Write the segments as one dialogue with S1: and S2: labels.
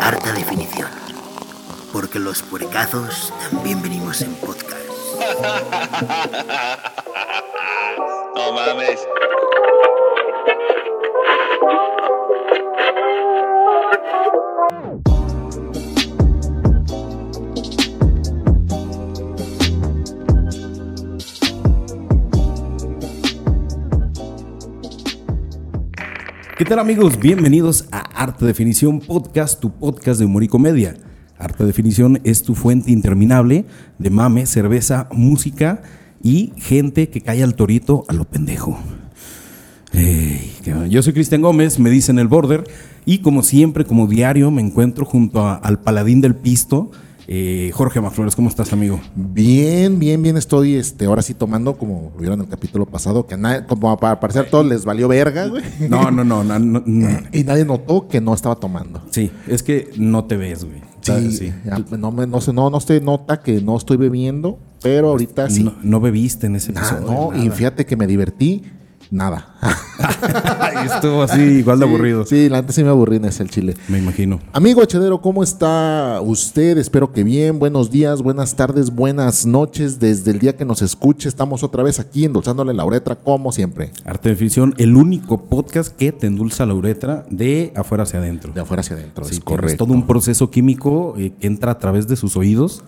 S1: Harta definición. Porque los puercazos también venimos en podcast.
S2: No mames.
S3: ¿Qué tal amigos? Bienvenidos a Arte Definición Podcast, tu podcast de humor y comedia. Arte Definición es tu fuente interminable de mame, cerveza, música y gente que cae al torito a lo pendejo. Ey, qué- yo soy Cristian Gómez, me dicen el border y como siempre, como diario, me encuentro junto a- al paladín del pisto, eh, Jorge Macflores. ¿Cómo estás, amigo?
S4: Bien, bien, bien estoy, este, ahora sí tomando como lo vieron en el capítulo pasado, que a nadie, como para parecer a todos les valió verga, güey.
S3: No, no, no, no, no, no.
S4: Y nadie notó que no estaba tomando.
S3: Sí, es que no te ves, güey.
S4: Sí, ya, no, me- no, sé, no, no se nota que no estoy bebiendo, pero ahorita sí.
S3: No, no bebiste en ese
S4: Ah,
S3: episodio.
S4: no, y
S3: nada.
S4: fíjate que me divertí, nada.
S3: Ay, Estuvo así, igual de aburrido.
S4: Sí, la antes sí me aburrí en ese el chile.
S3: Me imagino.
S4: Amigo Echedero, ¿cómo está usted? Espero que bien. Buenos días, buenas tardes, buenas noches. Desde el día que nos escuche, estamos otra vez aquí endulzándole la uretra, como siempre.
S3: Arte de Ficción, el único podcast que te endulza la uretra de afuera hacia adentro.
S4: De afuera hacia adentro,
S3: Sí,
S4: es
S3: que
S4: correcto.
S3: todo un proceso químico eh, que entra a través de sus oídos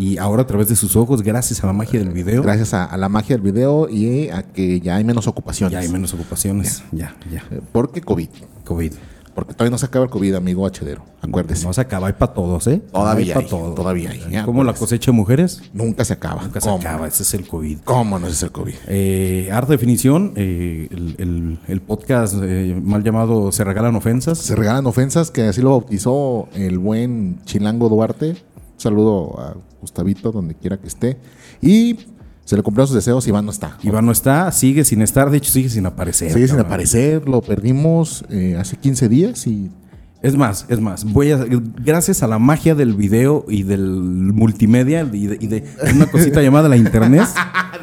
S3: y ahora a través de sus ojos, gracias a la magia del video.
S4: Gracias a, a la magia del video y a que ya hay menos ocupaciones.
S3: Ya hay menos ocupaciones. Ya, ya.
S4: Eh, Porque COVID.
S3: COVID.
S4: Porque todavía no se acaba el COVID, amigo Achedero. Acuérdese.
S3: Ah, No se acaba, hay para todos, ¿eh?
S4: Todavía
S3: para
S4: hay, todavía hay, ya,
S3: Como la
S4: pues.
S3: cosecha de mujeres,
S4: Nunca se acaba.
S3: nunca se
S4: ¿Cómo?
S3: acaba. Ese es el COVID.
S4: ¿Cómo no es el COVID?
S3: Eh, Arte de Definición, eh, el, el- el podcast eh, mal llamado Se Regalan Ofensas.
S4: Se regalan ofensas, que así lo bautizó el buen Chilango Duarte. Un saludo a Gustavito, donde quiera que esté. Y se le cumplieron sus deseos, Iván no está.
S3: Iván no está, sigue sin estar, de hecho sigue sin aparecer.
S4: Sigue sin
S3: cabrón.
S4: aparecer, lo perdimos eh, hace 15 días y
S3: Es más, es más, voy a, gracias a la magia del video y del multimedia y de, y de una cosita llamada la internet,
S4: Ah,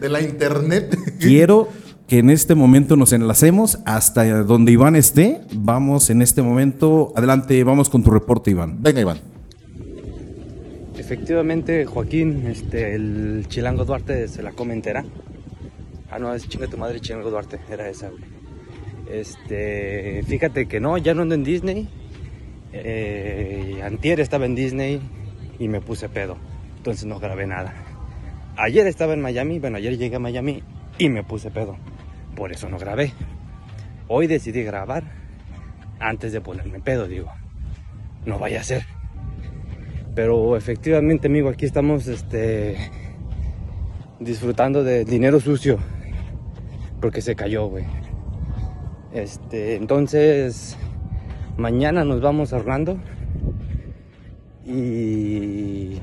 S4: de, la, internet.
S3: quiero que en este momento nos enlacemos hasta donde Iván esté. Vamos en este momento, adelante, vamos con tu reporte, Iván.
S4: Venga, Iván.
S5: Efectivamente, Joaquín, este, el chilango Duarte se la come entera. Ah, no, es chinga tu madre, chilango Duarte, era esa, güey. Este, fíjate que no, ya no ando en Disney. Eh, antier estaba en Disney y me puse pedo, entonces no grabé nada. Ayer estaba en Miami, bueno, ayer llegué a Miami y me puse pedo, por eso no grabé. Hoy decidí grabar antes de ponerme pedo, digo. No vaya a ser. Pero efectivamente, amigo, aquí estamos este, disfrutando de dinero sucio. Porque se cayó, güey. Este, entonces, mañana nos vamos a Orlando. Y,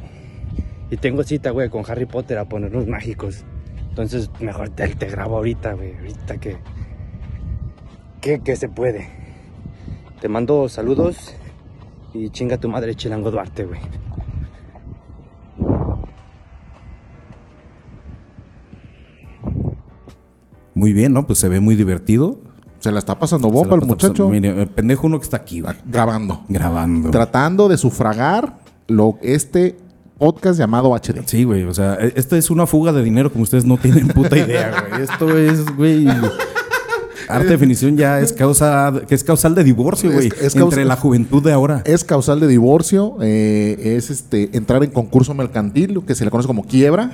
S5: y tengo cita, güey, con Harry Potter a ponernos mágicos. Entonces, mejor te, te grabo ahorita, güey. Ahorita que, que, que se puede. Te mando saludos y chinga tu madre, Chilango Duarte, güey.
S3: Muy bien, ¿no? Pues se ve muy divertido.
S4: Se la está pasando
S3: Se la
S4: bomba el
S3: pasa-
S4: muchacho.
S3: Mire, eh, pendejo uno que está aquí, va,
S4: Grabando.
S3: grabando.
S4: Tratando de sufragar lo, este podcast llamado HD.
S3: Sí, güey, o sea, e- esta es una fuga de dinero como ustedes no tienen puta idea, güey. Esto es, güey. Arte de definición ya es causa, que es causal de divorcio, güey.
S4: Es- es
S3: entre
S4: causa- Eh.
S3: la juventud de ahora.
S4: Es causal de divorcio, eh, es este entrar en concurso mercantil, lo que se le conoce como quiebra.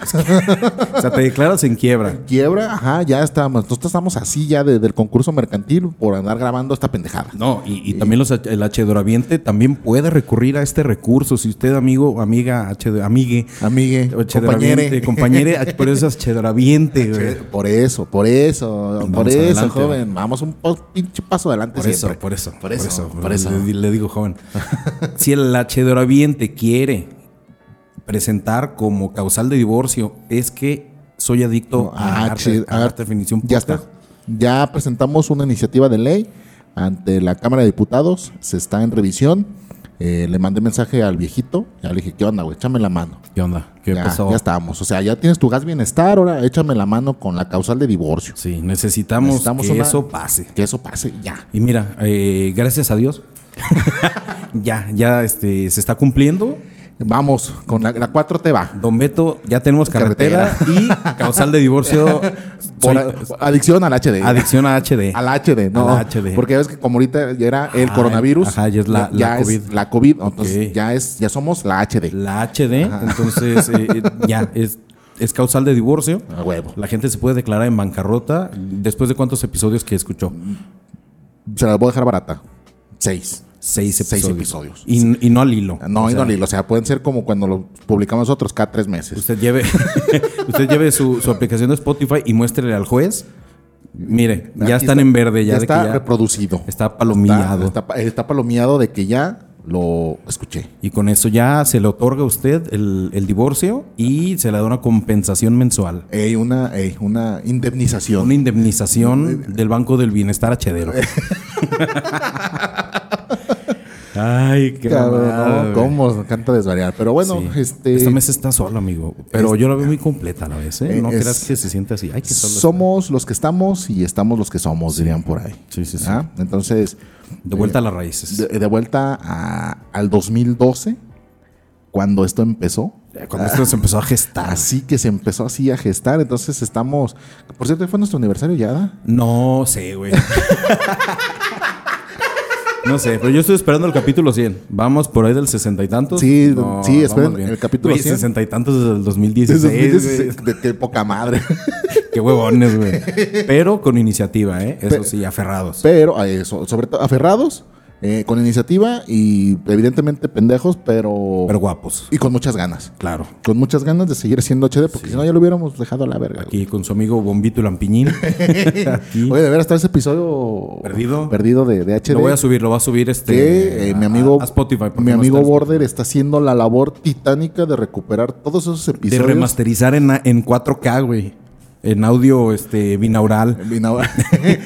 S3: O sea, te declaras en quiebra.
S4: quiebra, ajá, ya estamos, nosotros estamos así ya de- del concurso mercantil por andar grabando esta pendejada.
S3: No, y, y también los, H- el HDoraviente también puede recurrir a este recurso. Si usted, amigo, amiga, HD, amigue,
S4: Amigue,
S3: compañere,
S4: compañere.
S3: compañere, H- por eso es HDoraviente, güey.
S4: Por eso, por eso,
S3: Vamos
S4: por eso,
S3: adelante.
S4: joven. Vamos un po- pinche paso adelante
S3: Por eso,
S4: siempre.
S3: por eso,
S4: por eso, por
S3: Le-
S4: eso.
S3: Le, le digo, joven. si el HDoraviente quiere presentar como causal de divorcio, es que soy adicto a,
S4: Ah,
S3: arte,
S4: chi-
S3: a
S4: ah,
S3: arte definición.
S4: Ya
S3: podcast.
S4: está. Ya presentamos una iniciativa de ley ante la Cámara de Diputados. Se está en revisión. Eh, le mandé mensaje al viejito. Ya le dije, ¿qué onda, güey? Échame la mano.
S3: ¿Qué onda? ¿Qué
S4: ya,
S3: pasó?
S4: ya estábamos. O sea, ya tienes tu gas bienestar. Ahora échame la mano con la causal de divorcio.
S3: Sí, necesitamos,
S4: Necesitamos
S3: que
S4: una-
S3: eso pase.
S4: Que eso pase ya.
S3: Y mira, eh, gracias a Dios, ya, ya este, se está cumpliendo.
S4: Vamos, con la, la 4 te va.
S3: Don Beto, ya tenemos carretera, y causal de divorcio.
S4: Por
S3: soy-
S4: a- adicción al HD.
S3: adicción a HD.
S4: al HD, no.
S3: Al HD.
S4: Porque ya ves que como ahorita ya era el
S3: Ajá,
S4: coronavirus.
S3: ajá, ya es la- la
S4: ya es
S3: COVID.
S4: la COVID, entonces
S3: Ok.
S4: ya es, ya somos la HD.
S3: La HD, entonces eh, eh, ya es, es causal de divorcio.
S4: A huevo.
S3: La gente se puede declarar en bancarrota después de cuántos episodios que escuchó.
S4: Se la voy a dejar barata. Seis.
S3: Seis episodios.
S4: Seis episodios.
S3: Y, y no al hilo.
S4: No,
S3: O
S4: y
S3: sea,
S4: no Lilo, O sea, pueden ser como cuando lo publicamos nosotros cada tres meses.
S3: Usted lleve, usted lleve su, su aplicación de Spotify y muéstrele al juez. Mire, pues, ya
S4: Aquí
S3: están
S4: está-
S3: en verde, ya,
S4: ya
S3: de
S4: está
S3: que ya
S4: reproducido.
S3: está palomillado.
S4: Está, está- está palomeado de que ya lo escuché.
S3: Y con eso ya se le otorga a usted el, el divorcio y se le da una compensación mensual.
S4: Ey, una, ey, una indemnización.
S3: Una indemnización del Banco del Bienestar Hachedero. Ay, qué
S4: Cabrón,
S3: mamada,
S4: ¿no?
S3: güey.
S4: ¿Cómo? Me encanta desvariar. Pero bueno,
S3: Sí.
S4: este.
S3: Esta mesa está sola, amigo. Pero
S4: es-
S3: yo la veo muy completa a la vez, ¿eh?
S4: Eh,
S3: No
S4: es-
S3: creas que se siente así. Ay, qué sola está.
S4: Somos los que estamos y estamos los que somos, dirían por ahí.
S3: Sí, sí, sí.
S4: ¿Ah? Entonces,
S3: De vuelta a las raíces.
S4: de, de vuelta a- al 2012, cuando esto empezó.
S3: Cuando esto se empezó a gestar.
S4: Así que se empezó así a gestar. Entonces estamos. Por cierto, fue nuestro aniversario ya, ¿verdad?
S3: No sé, güey. No sé, pero yo estoy esperando el capítulo 100. Vamos por ahí del sesenta y tantos.
S4: Sí,
S3: No,
S4: sí, esperen
S3: vamos bien.
S4: el capítulo
S3: Güey,
S4: 100.
S3: sesenta y tantos desde el
S4: Desde
S3: 2016.
S4: 2016,
S3: güey.
S4: de qué poca madre.
S3: Qué huevones, güey. Pero con iniciativa, ¿eh? Eso
S4: Pero-
S3: sí, aferrados.
S4: Pero a eso, sobre todo aferrados, eh, con iniciativa y evidentemente pendejos, pero,
S3: Pero guapos.
S4: y con muchas ganas.
S3: Claro.
S4: Con muchas ganas de seguir siendo HD, porque si no ya lo hubiéramos dejado a la verga.
S3: Aquí con su amigo Bombito Lampiñín. Aquí.
S4: Oye, de ver hasta ese episodio
S3: Perdido.
S4: perdido de, de HD.
S3: Lo voy a subir, lo va a subir este.
S4: que eh, mi
S3: a-
S4: amigo,
S3: a Spotify. porque
S4: mi
S3: no
S4: amigo
S3: está en
S4: Border está haciendo la labor titánica de recuperar todos esos
S3: De
S4: episodios.
S3: remasterizar en, en 4K, güey. En audio este, binaural.
S4: Binaural.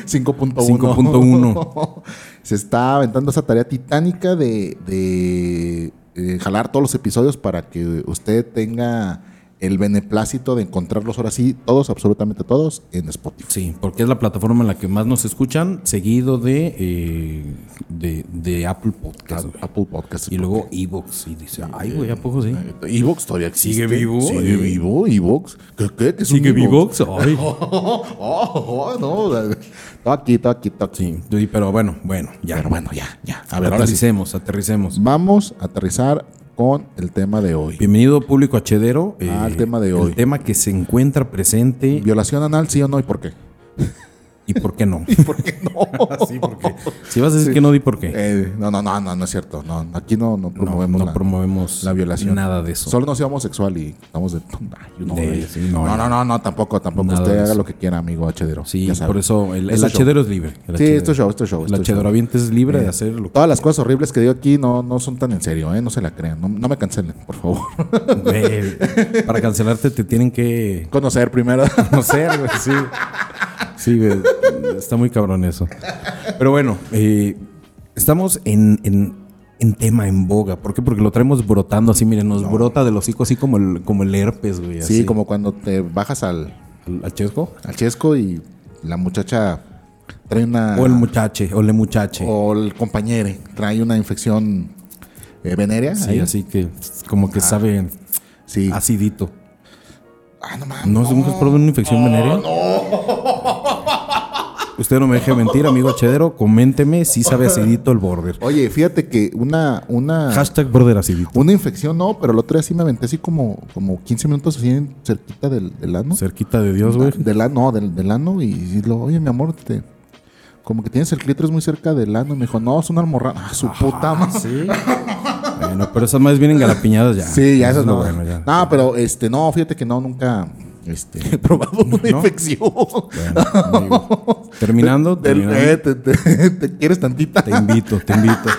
S4: 5.1.
S3: 5.1.
S4: Se está aventando esa tarea titánica de, de, eh, jalar todos los episodios para que usted tenga el beneplácito de encontrarlos ahora sí, todos, absolutamente todos, en Spotify.
S3: Sí, porque es la plataforma en la que más nos escuchan, seguido de, eh, de, de Apple Podcast. güey.
S4: Apple Podcasts.
S3: Y luego eh, Evox. Y dice, ay, güey, ¿a poco
S4: Eh,
S3: sí?
S4: Evox todavía existe.
S3: ¿Sigue vivo?
S4: Sigue
S3: Eh.
S4: vivo, Evox. ¿Qué, qué? ¿Qué es un
S3: ¿Sigue
S4: iVoox?
S3: Evox? Ay.
S4: Oh, oh, oh, no. o sea, Todo aquí, todo aquí, todo aquí.
S3: Sí, sí, pero bueno, bueno, ya.
S4: Pero bueno, ya, ya. A ver, ahora sí.
S3: aterricemos, aterricemos.
S4: Vamos a aterrizar con el tema de hoy.
S3: Bienvenido, público achedero.
S4: Ah, el tema de hoy.
S3: El tema que se encuentra presente
S4: ¿Violación anal, sí o no? ¿Y por qué?
S3: y por qué no.
S4: ¿Por qué no?
S3: Sí, porque si vas a decir que no, di por qué.
S4: Eh, no, no, no, no, no es cierto. No, aquí no, no
S3: no
S4: promovemos
S3: no
S4: la,
S3: promovemos
S4: la violación.
S3: Nada de eso.
S4: Solo no sea homosexual y estamos de... Ay, you know,
S3: De-
S4: eh.
S3: sí, no,
S4: no, no,
S3: ya.
S4: no, no, tampoco, tampoco.
S3: Nada
S4: Usted
S3: de
S4: haga
S3: eso.
S4: lo que quiera, amigo hachedero.
S3: Sí,
S4: Ya sabe.
S3: por eso el, el
S4: Esto es show.
S3: hachedero es libre. El
S4: Sí,
S3: hachedero.
S4: esto es show, esto es show,
S3: El
S4: esto es show.
S3: hachedoraviente es libre de hacer lo que
S4: Todas las cosas horribles que digo aquí no, no son tan en serio, ¿eh? No se la crean. No, no me cancelen, por favor.
S3: Güey, para cancelarte te tienen que
S4: Conocer primero.
S3: conocer, güey, sí. Sí, güey, está muy cabrón eso. Pero bueno, eh, estamos en, en- en tema, en boga. ¿Por qué? Porque lo traemos brotando así, miren, nos brota del hocico así como el, como el herpes, güey.
S4: sí,
S3: así.
S4: como cuando te bajas al,
S3: ¿Al, al chesco?
S4: al chesco y la muchacha trae una...
S3: O el muchache, o le muchache.
S4: o el compañero trae una infección eh, venérea.
S3: sí,
S4: ahí. Ah.
S3: así que como que sabe
S4: Sí.
S3: acidito.
S4: Ah, no mames.
S3: ¿No, nunca has probado una infección venérea? Usted no me deje mentir, amigo Chedero. Coménteme si sabe acidito el border.
S4: Oye, fíjate que una, una,
S3: Hashtag border acidito.
S4: una infección no, pero el otro día sí me aventé así como, como 15 minutos así en- cerquita del, del ano.
S3: Cerquita de Dios, güey.
S4: Del ano, no, del, del ano. Y, y lo, oye, mi amor, te, como que tienes el clítoris muy cerca del ano. Y me dijo, no, es una almorrana. Ah, su puta madre. Sí,
S3: Bueno, pero esas madres vienen galapiñadas ya.
S4: ya eso
S3: es
S4: no.
S3: lo bueno. Ya.
S4: No, pero este, no, fíjate que no, nunca este, he probado una infección.
S3: Bueno, amigo. terminando,
S4: Te-
S3: terminando.
S4: eh, te- te- te quieres tantita.
S3: te invito, te invito.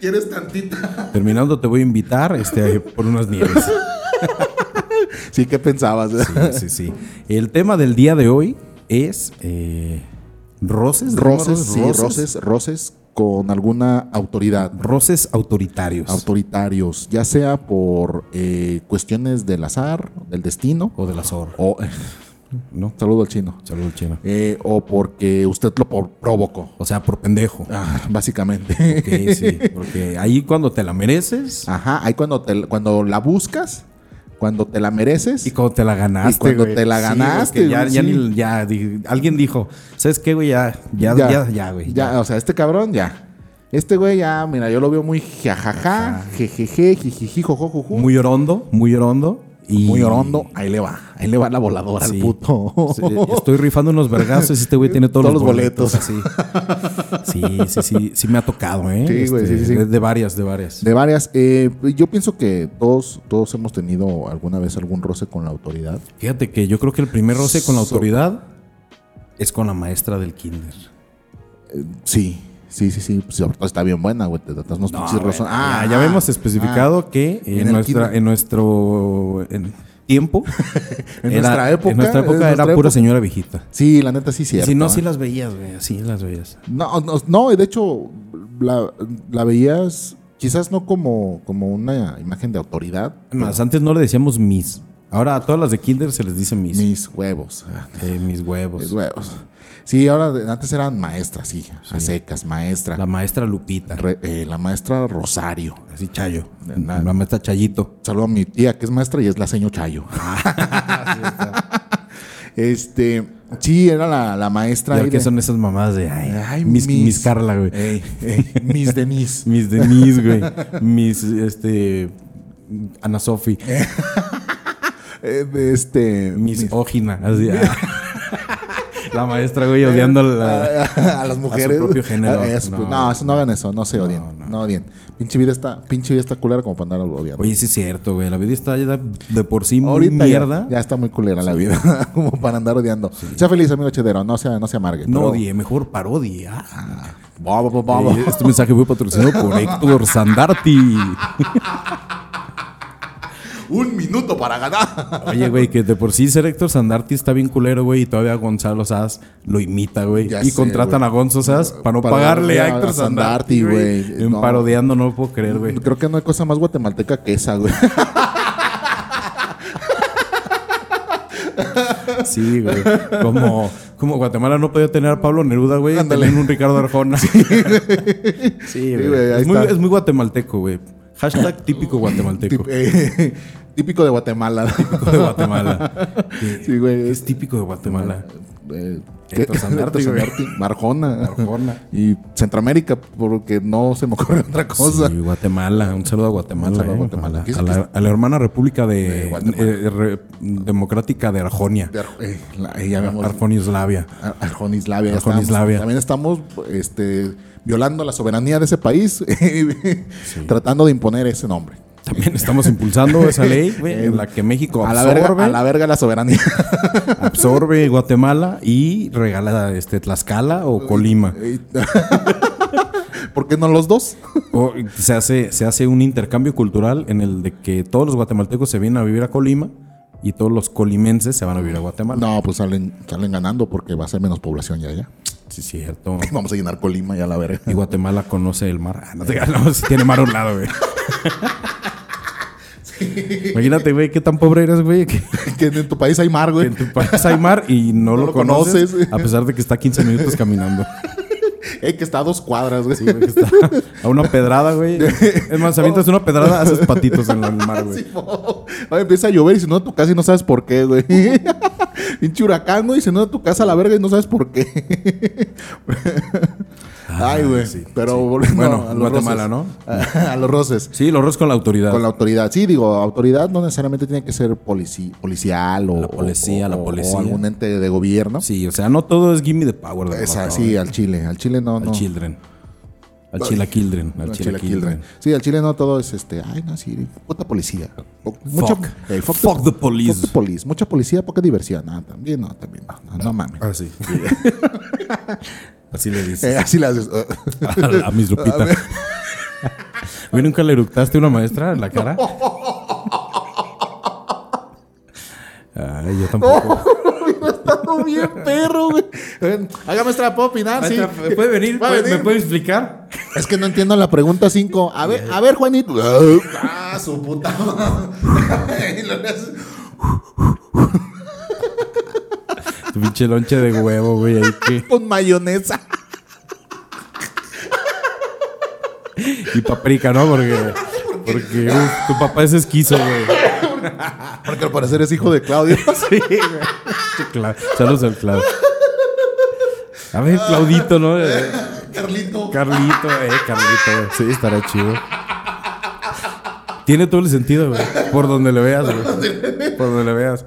S4: ¿Quieres tantita?
S3: Terminando, te voy a invitar este, por unas nieves.
S4: Sí, ¿qué pensabas?
S3: Sí, sí, sí. El tema del día de hoy es eh, roces.
S4: Roces,
S3: ¿Se
S4: sí,
S3: llama
S4: roces, roces con alguna autoridad.
S3: Roces autoritarios.
S4: Autoritarios, ya sea por eh, cuestiones del azar, del destino,
S3: o de la zorra.
S4: o
S3: ¿no?
S4: Saludo al chino.
S3: Saludos, China.
S4: Eh, o porque usted lo por- provocó.
S3: O sea, por pendejo.
S4: Ah, básicamente.
S3: Ok, sí, porque ahí cuando te la mereces
S4: Ajá, ahí cuando, te, cuando la buscas, cuando te la mereces.
S3: y cuando te la ganaste.
S4: Y cuando
S3: güey.
S4: te la
S3: Sí, güey,
S4: ganaste,
S3: que ya,
S4: güey,
S3: ya,
S4: sí.
S3: ni- ya di- alguien dijo, ¿sabes qué, güey? Ya, ya, ya, ya, güey.
S4: Ya, o sea, este cabrón ya. Este güey ya, mira, yo lo veo muy jajaja, jejeje, jijiji, jojojuju.
S3: Muy orondo, muy orondo. Y
S4: muy orondo. Ahí le va. Ahí le va la voladora
S3: Sí.
S4: al puto.
S3: Sí, Estoy rifando unos vergazos y este güey tiene todos,
S4: Todos
S3: los
S4: los
S3: boletos. así. Sí, sí, sí. Sí me ha tocado, ¿eh?
S4: Sí, güey, sí, sí, sí.
S3: De, de varias, de varias.
S4: De varias. eh, yo pienso que todos, todos hemos tenido alguna vez algún roce con la autoridad.
S3: Fíjate que yo creo que el primer roce con la
S4: So-
S3: autoridad es con la maestra del kinder.
S4: Sí, sí, sí, sí. Pues, sobre todo está bien buena, güey. Te das unos pinches
S3: bueno,
S4: rozones.
S3: Ah, ya, ya hemos especificado que en,
S4: Ah, En el
S3: nuestra,
S4: kinder.
S3: en nuestro en tiempo,
S4: En nuestra época,
S3: en nuestra
S4: en
S3: época era
S4: nuestra
S3: pura
S4: época.
S3: señora viejita.
S4: Sí, la neta sí, cierto.
S3: si no,
S4: ¿eh?
S3: sí las veías, güey, sí las veías.
S4: No, no, no, y de hecho, la, la veías quizás no como, como una imagen de autoridad.
S3: Más, antes no le decíamos mis. Ahora a todas las de kinder se les dice mis.
S4: Mis Pues. huevos.
S3: Eh, mis huevos.
S4: Mis huevos. Sí, ahora de- antes eran maestras, sí, a secas, maestra.
S3: La
S4: Re-
S3: maestra Lupita.
S4: eh, La, maestra Rosario.
S3: Así Chayo. La maestra Chayito.
S4: Saludo a mi tía que es maestra y es la señor Chayo.
S3: Ah,
S4: este, sí, era la, la maestra.
S3: Ya
S4: ahí
S3: que
S4: de-
S3: son esas mamás de ay,
S4: Ay,
S3: mis, mis Carla, güey.
S4: Ey, ey, mis eh, Denise.
S3: Mis Denise, güey. mis este Ana Sofi.
S4: Eh, de este,
S3: Mis Ojina. Así, ah. la maestra, güey, odiando
S4: Ah,
S3: la.
S4: a, a las mujeres.
S3: propio género.
S4: A- a su-
S3: No.
S4: no, eso, no hagan eso, no se odien. No, odien. Pinche vida está, pinche vida está culera como para andar odiando.
S3: Oye, sí es cierto, güey. La vida está ya de por sí muy
S4: Ahorita ya-
S3: mierda.
S4: Ya, está muy culera la vida, como para andar odiando. Sea feliz, amigo Chedero, no se no se amargue.
S3: No
S4: pero-
S3: odie, mejor parodia.
S4: Ba, ba, ba, ba, ba.
S3: Eh, Este mensaje fue patrocinado por Héctor Sandarti.
S4: Un minuto para ganar.
S3: Oye, güey, que de por sí ser Héctor Sandarti está bien culero, güey, y todavía Gonzalo Sass lo imita, güey.
S4: Ya
S3: Y
S4: sé,
S3: contratan
S4: güey.
S3: a Gonzo Sass para no
S4: Para
S3: pagarle a
S4: darle a
S3: Héctor
S4: Sandarti,
S3: Sandarti, güey.
S4: güey.
S3: En
S4: No.
S3: parodiando no lo puedo creer, güey.
S4: Creo que no hay cosa más guatemalteca que esa, güey.
S3: Sí, güey. Como, como Guatemala no podía tener a Pablo Neruda, güey,
S4: Ándale.
S3: tenían un Ricardo Arjona. Sí,
S4: Sí, güey, ahí
S3: es, muy,
S4: está.
S3: es muy guatemalteco, güey. Hashtag típico guatemalteco.
S4: Tip- eh, Típico de Guatemala. Eh,
S3: Típico de Guatemala.
S4: Sí, güey.
S3: Es típico de Guatemala.
S4: Eh,
S3: Héctor
S4: ¿qué?
S3: Sandarti,
S4: Héctor
S3: güey.
S4: Sandarti, Marjona.
S3: Arjona.
S4: Y Centroamérica, porque no se me ocurre otra cosa.
S3: Sí, Guatemala. Un saludo a Guatemala.
S4: Un saludo a
S3: eh,
S4: Guatemala.
S3: A,
S4: ¿Qué es-
S3: la,
S4: qué
S3: a la hermana república de,
S4: De Guatemala.
S3: eh, re- democrática de Arjonia.
S4: De Ar- eh, la- eh, ya vemos.
S3: Arjonioslavia.
S4: Ar- Arjonislavia. ya
S3: Arjonislavia.
S4: estamos- También estamos este, violando la soberanía de ese país, tratando de imponer ese nombre.
S3: También estamos impulsando esa ley, güey, en la que México
S4: Eh, A la,
S3: absorbe,
S4: verga, a la verga la soberanía.
S3: absorbe Guatemala y regala este Tlaxcala o Colima.
S4: ¿Por qué no los dos?
S3: O se hace, se hace un intercambio cultural en el de que todos los guatemaltecos se vienen a vivir a Colima y todos los colimenses se van a vivir a Guatemala.
S4: No, pues salen, salen ganando porque va a ser menos población ya, ya.
S3: Sí, es cierto.
S4: Vamos a llenar Colima ya la verga.
S3: Y Guatemala conoce el mar. Ah, no te no, si tiene mar a un lado, güey. Imagínate, güey, qué tan pobre eres, güey, que,
S4: que en tu país hay mar,
S3: que
S4: güey.
S3: en tu país hay mar y no, lo,
S4: lo
S3: conoces,
S4: conoces, güey.
S3: a pesar de que está 15 minutos caminando.
S4: Eh, que está a dos cuadras, güey.
S3: Sí, güey, que está a una pedrada, güey. Es más, avientas una pedrada, haces patitos en el mar, güey.
S4: Sí, po. Ay, empieza a llover y se nota tu casa y no sabes por qué, güey. Pinche huracán, güey, y se nota tu casa a la verga y no sabes por qué. Ay, güey.
S3: Ah, sí,
S4: Pero
S3: sí.
S4: volviendo
S3: Bueno,
S4: a los
S3: Guatemala,
S4: roces. A, a los roces.
S3: Sí, lo roces con la autoridad.
S4: Con la autoridad. Sí, digo, autoridad no necesariamente tiene que ser polici- policial o,
S3: La policía,
S4: o-
S3: la
S4: o-
S3: policía.
S4: o algún ente de gobierno.
S3: Sí, o sea, no todo es gimme the power. De
S4: es
S3: verdad,
S4: así,
S3: ¿no? eh.
S4: al Chile. Al Chile no,
S3: Al
S4: no.
S3: children. Al chilaquildren. Al
S4: No,
S3: chilaquildren.
S4: chilaquildren. Sí, al Chile no todo es este. Ay, no, sí, puta policía. O-
S3: Fuck.
S4: eh,
S3: Fuck the police.
S4: fuck the police. Mucha policía, poca diversión. Ah, también no, también no. No, no mames.
S3: Ah, sí. así le
S4: Eh,
S3: dices.
S4: así las. haces.
S3: A, a mis Lupita. Güey, ¿nunca le eructaste a una maestra en la cara? Ay, yo tampoco.
S4: Estando bien perro, güey. Ven, Hágame esta pop y nada, Ah, sí.
S3: Maestra, ¿Puede venir?
S4: Va a
S3: ¿Puede-
S4: venir.
S3: ¿Me puede explicar?
S4: Es que no entiendo la pregunta 5. A ver, a ver, Juanito. Ah, su puta. madre. Y luego le haces-
S3: Tu pinche lonche de huevo, güey. ahí que-
S4: Con mayonesa.
S3: Y paprika, ¿no? Porque, porque uf, tu papá es esquizo, güey.
S4: Porque al parecer es hijo de Claudio.
S3: Sí, güey. Che, Cla- Saludos al Clau. A ver, Claudito, ¿no? Eh,
S4: Carlito.
S3: Carlito, eh, Carlito, güey. Sí, estará chido. Tiene todo el sentido, güey. Por donde le veas, güey. Por donde le veas.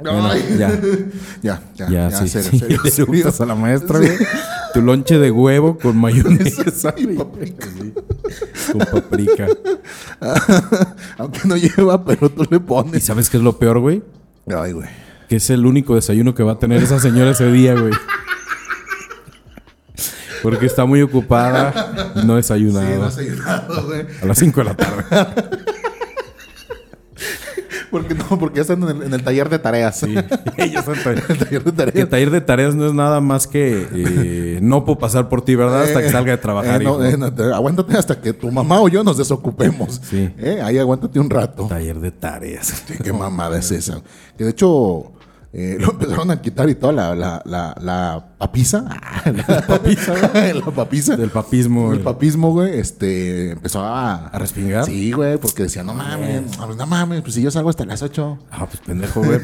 S3: Bueno,
S4: Ay.
S3: ya.
S4: Ya, ya,
S3: Ya,
S4: ya.
S3: sí,
S4: serio,
S3: sí.
S4: serio,
S3: Le
S4: serio.
S3: gustas a la maestra, güey. Tu lonche de huevo con mayonesa.
S4: Y
S3: güey.
S4: paprika.
S3: con paprika.
S4: Aunque no lleva, pero tú le
S3: ¿Y
S4: pones.
S3: sabes qué es lo peor, güey?
S4: Ay, güey.
S3: Que es el único desayuno que va a tener esa señora ese día, güey. Porque está muy ocupada y no desayunaba.
S4: Sí, no has ayudado, güey.
S3: A las 5 de la tarde.
S4: Porque no, porque ya están en el, en el taller de tareas.
S3: Sí. Ellos son tan-
S4: el taller
S3: Que
S4: de tareas.
S3: taller de tareas no es nada más que eh, no puedo pasar por ti, ¿verdad? Hasta que
S4: Eh,
S3: salga de trabajar.
S4: eh, no,
S3: hijo.
S4: eh, no, te- aguántate hasta que tu mamá o yo nos desocupemos.
S3: Sí.
S4: Eh, ahí aguántate un rato.
S3: Taller de tareas.
S4: Sí, qué mamada es esa. Que de hecho eh, lo empezaron a quitar y toda la, la, la, la papisa. La papisa, La papisa.
S3: Del papismo.
S4: El
S3: güey.
S4: papismo, güey, este, empezó a...
S3: ¿A respingar? Eh.
S4: Sí, güey, porque decía, no mames, no, no mames, pues si yo salgo hasta las 8.
S3: Ah, pues pendejo, güey.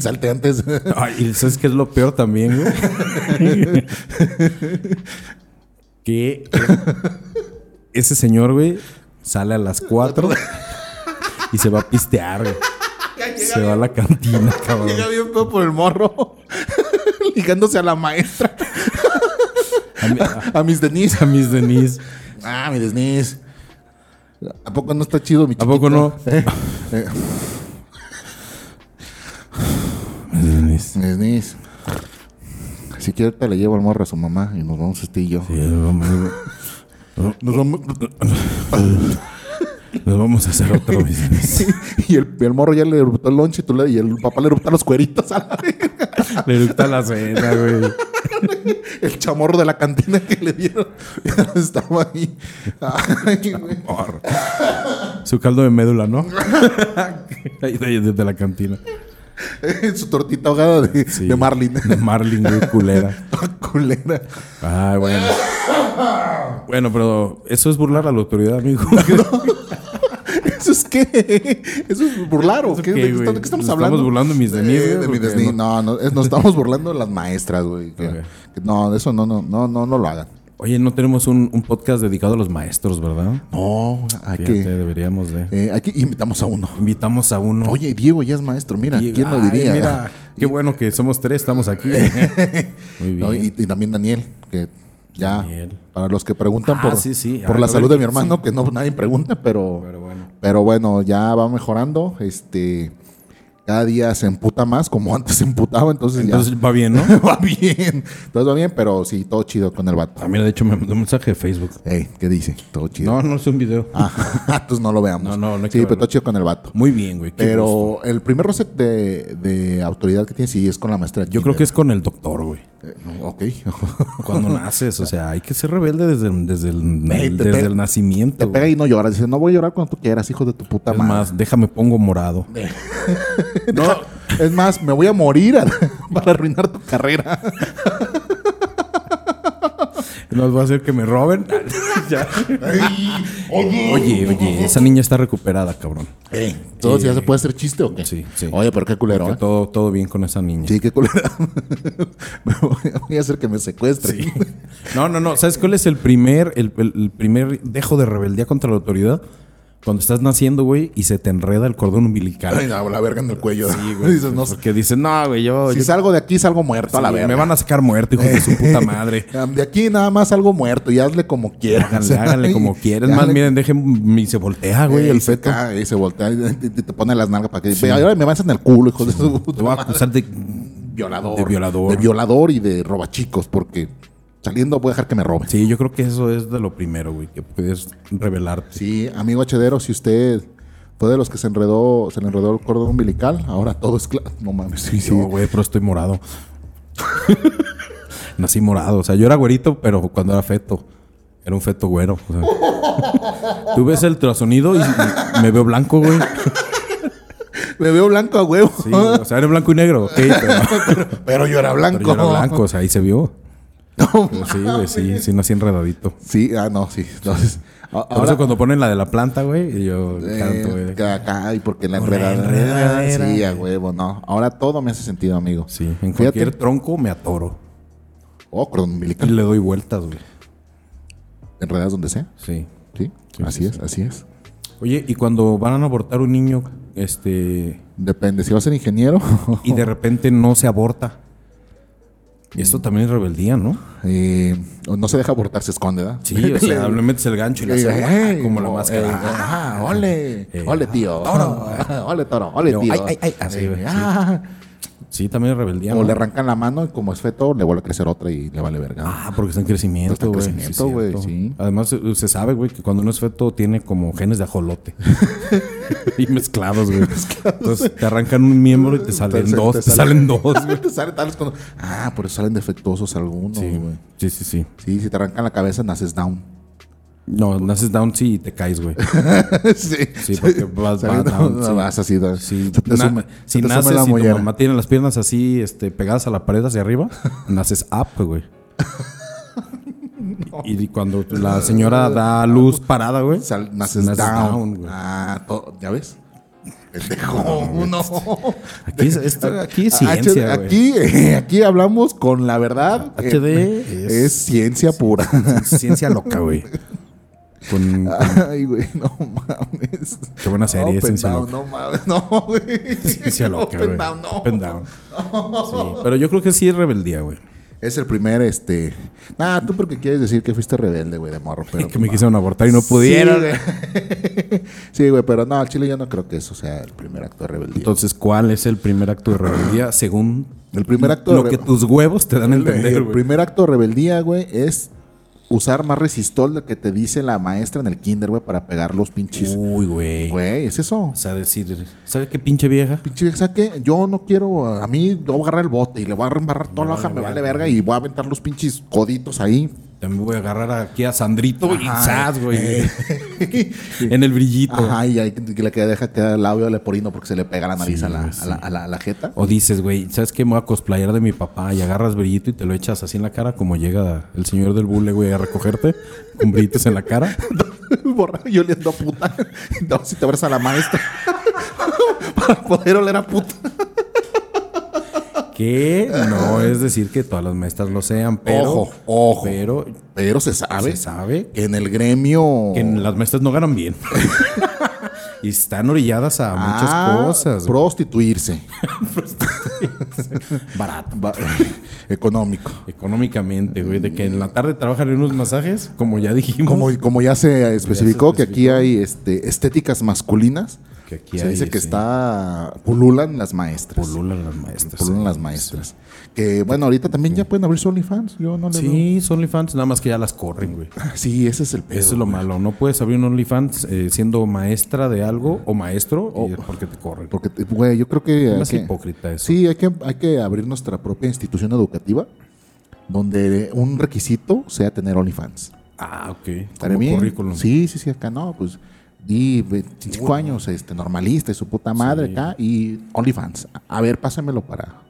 S4: Salte antes.
S3: Ay, y ¿sabes qué es lo peor también, güey? que ese señor, güey, sale a las 4 y se va a pistear, güey. Se va a la cantina, cabrón.
S4: Llega bien pedo por el morro. Ligándose a la maestra.
S3: A, mi- a-
S4: A mis Denise.
S3: a mis Denise.
S4: Ah, mi Denise. ¿A poco no está chido mi
S3: ¿A poco no? Mis Denise.
S4: Denise. Si quiere, ahorita le llevo al morro a su mamá y nos vamos este y yo.
S3: Sí, nos vamos-
S4: Nos vamos...
S3: nos vamos a hacer otro, mis Denise.
S4: y el, el morro ya le eruptó el lonche y, tú le- y el papá le eruptó los cueritos a la
S3: Le gusta la cena, güey.
S4: El chamorro de la cantina que le dieron. Estaba ahí. Ay, güey.
S3: Oh. Su caldo de médula, ¿no? Ahí de- Desde la cantina.
S4: Su tortita ahogada de,
S3: Sí.
S4: de Marlin.
S3: De Marlin, güey, culera.
S4: Culera.
S3: Ay, bueno. Bueno, pero eso es burlar a la autoridad, amigo.
S4: ¿Eso es qué? ¿Eso es burlar o qué?
S3: qué,
S4: ¿De, qué
S3: güey?
S4: estamos, de qué estamos
S3: ¿Nos
S4: hablando?
S3: estamos burlando de mis Denise,
S4: Eh,
S3: güey?
S4: de mi
S3: Porque
S4: Denise. No, no, es- nos estamos burlando de las maestras, güey. Que-
S3: Ok.
S4: que No, eso no, no, no, no, no lo hagan.
S3: Oye, no tenemos un, un podcast dedicado a los maestros, ¿verdad?
S4: No, hay
S3: Fíjate,
S4: que,
S3: deberíamos de.
S4: eh, hay que invitamos a uno.
S3: Invitamos a uno.
S4: Oye, Diego ya es maestro, mira,
S3: Y-
S4: ¿quién lo
S3: ay,
S4: diría?
S3: mira, qué bueno que somos tres, estamos aquí. Muy bien.
S4: No, y, y también Daniel, que ya,
S3: Daniel.
S4: para los que preguntan
S3: Ah,
S4: por,
S3: sí, sí.
S4: por
S3: Ah,
S4: la
S3: no,
S4: salud
S3: ve-
S4: de mi hermano, que no nadie pregunta, pero,
S3: Pero
S4: pero,
S3: bueno.
S4: bueno. ya va mejorando, este, cada día se emputa más, como antes se emputaba, entonces,
S3: Entonces va bien, ¿no?
S4: ya va bien, entonces va bien, pero sí, todo chido con el vato.
S3: Ah, mira, de hecho me mandó un mensaje de Facebook.
S4: Ey, ¿qué dice? Todo chido.
S3: No, no es un video.
S4: Ah, entonces no lo veamos.
S3: No, no, no hay que
S4: Sí, pero
S3: verlo.
S4: todo chido con el vato.
S3: Muy bien, güey. qué gusto.
S4: Pero el primer roce de, de autoridad que tiene sí es con la maestra. Eh,
S3: Yo creo que es con el doctor, güey.
S4: Ok.
S3: Cuando naces, o sea, hay que ser rebelde desde, desde, el,
S4: Ey, te
S3: desde
S4: pe-
S3: el nacimiento.
S4: Te
S3: güey.
S4: pega y no lloras. Dice, no voy a llorar cuando tú quieras, hijo de tu puta
S3: Es
S4: madre.
S3: más, déjame pongo morado.
S4: No, es más, me voy a morir a- para arruinar tu carrera.
S3: Nos va a hacer que me roben. Ya. Oye, oye, esa niña está recuperada, cabrón.
S4: Ey, ¿Todo ya se puede hacer chiste o qué?
S3: Eh, Sí, sí.
S4: Oye, pero qué culero,
S3: Que
S4: ¿eh?
S3: todo, todo bien con esa niña.
S4: Sí, qué culero. me voy a- voy a hacer que me secuestre.
S3: No, no, no. ¿Sabes cuál es el primer, el, el- el primer dejo de rebeldía contra la autoridad? Cuando estás naciendo, güey, y se te enreda el cordón
S4: Ay,
S3: umbilical.
S4: la, la verga en el cuello. Dices, no,
S3: Porque dices, no, güey, yo.
S4: si
S3: yo-
S4: salgo de aquí, salgo muerto a la
S3: sí,
S4: verga.
S3: me van a sacar muerto, hijo de su puta madre.
S4: De aquí nada más salgo muerto y hazle como quieran.
S3: Háganle, háganle como quieran. Es Más, miren, dejen. Y se voltea, güey, el feto.
S4: Y se voltea y te, te pone las nalgas para que. "Ve, Ahora me vas en el culo, hijo de su
S3: Te
S4: puta
S3: voy a acusar de.
S4: violador.
S3: De violador.
S4: De violador y de robachicos, porque saliendo voy a dejar que me roben. Sí,
S3: Sí, yo creo que eso es de lo primero, güey, que puedes revelarte.
S4: amigo Hachedero, si usted fue de los que se enredó, se le enredó el cordón umbilical, ahora todo es claro. No mames, sí, sí.
S3: Yo, güey, pero estoy morado. Nací morado. O sea, yo era güerito, pero cuando era feto. Era un feto güero. o sea. Tú ves el trasonido y me veo blanco, güey.
S4: Me veo blanco a huevo.
S3: Sí, o sea, era blanco y negro, ok, pero,
S4: pero yo era blanco.
S3: pero yo era blanco, o sea, ahí se vio.
S4: No
S3: Pero sí, güey, sí,
S4: mames.
S3: sí, no así enredadito.
S4: Sí, ah, no, sí. Entonces, a-
S3: Por
S4: ahora,
S3: eso cuando ponen la de la planta, güey, y yo
S4: eh,
S3: canto, güey.
S4: ca- ca- ay, porque la
S3: Con la
S4: enredadera.
S3: enredadera.
S4: Sí, a huevo, no. Ahora todo me hace sentido, amigo.
S3: Sí, en
S4: Fíjate.
S3: cualquier tronco me atoro
S4: Oh, cordón
S3: y
S4: umbilical.
S3: le doy vueltas, güey.
S4: Enredadas donde sea.
S3: Sí.
S4: Sí,
S3: Sí,
S4: así
S3: sí,
S4: es, así es.
S3: Oye, y cuando van a abortar un niño, este,
S4: Depende, si vas a ser ingeniero.
S3: y de repente no se aborta. Y esto también es rebeldía, ¿no?
S4: eh, o no se deja abortar, se esconde, ¿verdad?
S3: Sí, o sea, le metes el gancho y le
S4: Le
S3: haces
S4: digo,
S3: ¡ah!
S4: "Ey,
S3: como la
S4: oh,
S3: máscara.
S4: eh, ah, ole,
S3: Eh,
S4: ole, tío.
S3: toro.
S4: ole, toro, ole,
S3: Yo,
S4: tío.
S3: ay, ay, ay, así,
S4: Eh,
S3: güey, sí.
S4: ah.
S3: Sí, también es rebeldía.
S4: O
S3: ¿no?
S4: le arrancan la mano y como es feto, le vuelve a crecer otra y le vale verga.
S3: Ah, porque está en crecimiento,
S4: Está en
S3: güey.
S4: crecimiento,
S3: es
S4: güey,
S3: cierto.
S4: sí.
S3: Además, eh, se sabe, güey, que cuando uno es feto tiene como genes de ajolote. y mezclados, güey. Entonces te arrancan un miembro y te salen
S4: Te-
S3: dos,
S4: te
S3: te salen dos, güey.
S4: te salen tales cuando- Ah, por eso salen defectuosos algunos,
S3: Sí,
S4: güey.
S3: sí, sí, sí.
S4: Sí, si te arrancan la cabeza, naces down.
S3: No, naces down sí y te caes, güey.
S4: sí.
S3: Sí, porque vas, vas
S4: Saliendo-
S3: down. sí.
S4: vas así, da-
S3: Sí,
S4: se te
S3: na-
S4: suma-
S3: si
S4: se te suma
S3: naces
S4: la
S3: y tu
S4: mollera.
S3: mamá tiene las piernas así, este, pegadas a la pared hacia arriba, naces up, güey. Y y cuando la señora da luz parada, güey,
S4: Sal- naces, down. ah, to- ¿ya ves? Pendejo, no.
S3: Aquí es, esto- aquí es
S4: Ah, HD,
S3: ciencia, güey.
S4: aquí, eh, aquí hablamos con la verdad.
S3: HD
S4: Eh,
S3: es-
S4: es, ciencia pura.
S3: Ciencia loca, güey. Con,
S4: Ay, güey, no mames.
S3: Qué buena serie,
S4: Open
S3: Ciencia
S4: Down,
S3: Loca.
S4: No mames, no, güey.
S3: ciencia loca,
S4: Open
S3: güey.
S4: Down, no.
S3: Open down. Sí, Pero yo creo que sí es rebeldía, güey.
S4: Es el primer, este. Ah, tú porque quieres decir que fuiste rebelde, güey, de morro. Pero,
S3: Que me quisieron abortar y no pudieron.
S4: Sí, güey, pero no, al Chile yo no creo que eso sea el primer acto de rebeldía.
S3: Entonces, ¿cuál es el primer acto de rebeldía según
S4: el primer acto
S3: lo
S4: de
S3: que
S4: rebe-
S3: tus huevos te dan a entender,
S4: el
S3: güey?
S4: primer acto de rebeldía, güey, es usar más resistol del que te dice la maestra en el kinder, güey, para pegar los pinches.
S3: Uy, güey.
S4: Güey, es eso.
S3: O sea, decir, ¿sabes qué pinche vieja?
S4: Pinche vieja, ¿sabe qué? Yo no quiero, a mí, yo voy a agarrar el bote y le voy a reembarrar toda la hoja, me vale verga y voy a aventar los pinches coditos ahí.
S3: También voy a agarrar aquí a Sandrito y
S4: Ajá. eh,
S3: zas, güey. en el brillito.
S4: Ajá, y ahí que la que deja queda el labio leporino porque se le pega la nariz
S3: Sí,
S4: a, la,
S3: güey,
S4: a, la, a la- a la jeta.
S3: O dices, güey, ¿sabes qué? Me voy a cosplayar de mi papá y agarras brillito y te lo echas así en la cara como llega el señor del bule, güey, a recogerte con brillitos en la cara.
S4: Borracho y oliendo a puta. No, si te abres a la maestra. Para poder oler a puta.
S3: Que no es decir que todas las maestras lo sean, pero...
S4: Ojo, ojo.
S3: Pero
S4: Pero se sabe.
S3: se sabe
S4: que en el gremio.
S3: que en las maestras no ganan bien. y están orilladas a muchas
S4: Ah,
S3: cosas. güey.
S4: Prostituirse.
S3: Barato.
S4: Va- Económico.
S3: Económicamente, güey. De que en la tarde trabajan en unos masajes, como ya dijimos.
S4: Como, como ya se especificó que aquí
S3: especificó.
S4: hay este, estéticas masculinas,
S3: Que aquí
S4: se
S3: hay,
S4: dice que
S3: sí.
S4: está pululan las maestras.
S3: Pululan las maestras. eh.
S4: Pululan las maestras. Que bueno, ahorita también ya pueden abrir su OnlyFans. Yo no le veo. Ah,
S3: Sí, son OnlyFans, nada más que ya las corren, güey.
S4: Sí, ese es el pedo.
S3: Eso es lo malo. No puedes abrir un OnlyFans eh, siendo maestra de algo o maestro y
S4: O-
S3: es porque te corren.
S4: Oh. Porque, te- güey, yo creo que. hay
S3: más
S4: que-
S3: hipócrita eso.
S4: Sí, hay que, hay que abrir nuestra propia institución educativa donde un requisito sea tener OnlyFans.
S3: Ah, ok.
S4: ¿Estaría
S3: Como
S4: bien?
S3: currículum.
S4: Sí, sí, sí, acá no, pues. Di 25 años, este, normalista y su puta madre acá y OnlyFans. A ver, pásamelo para,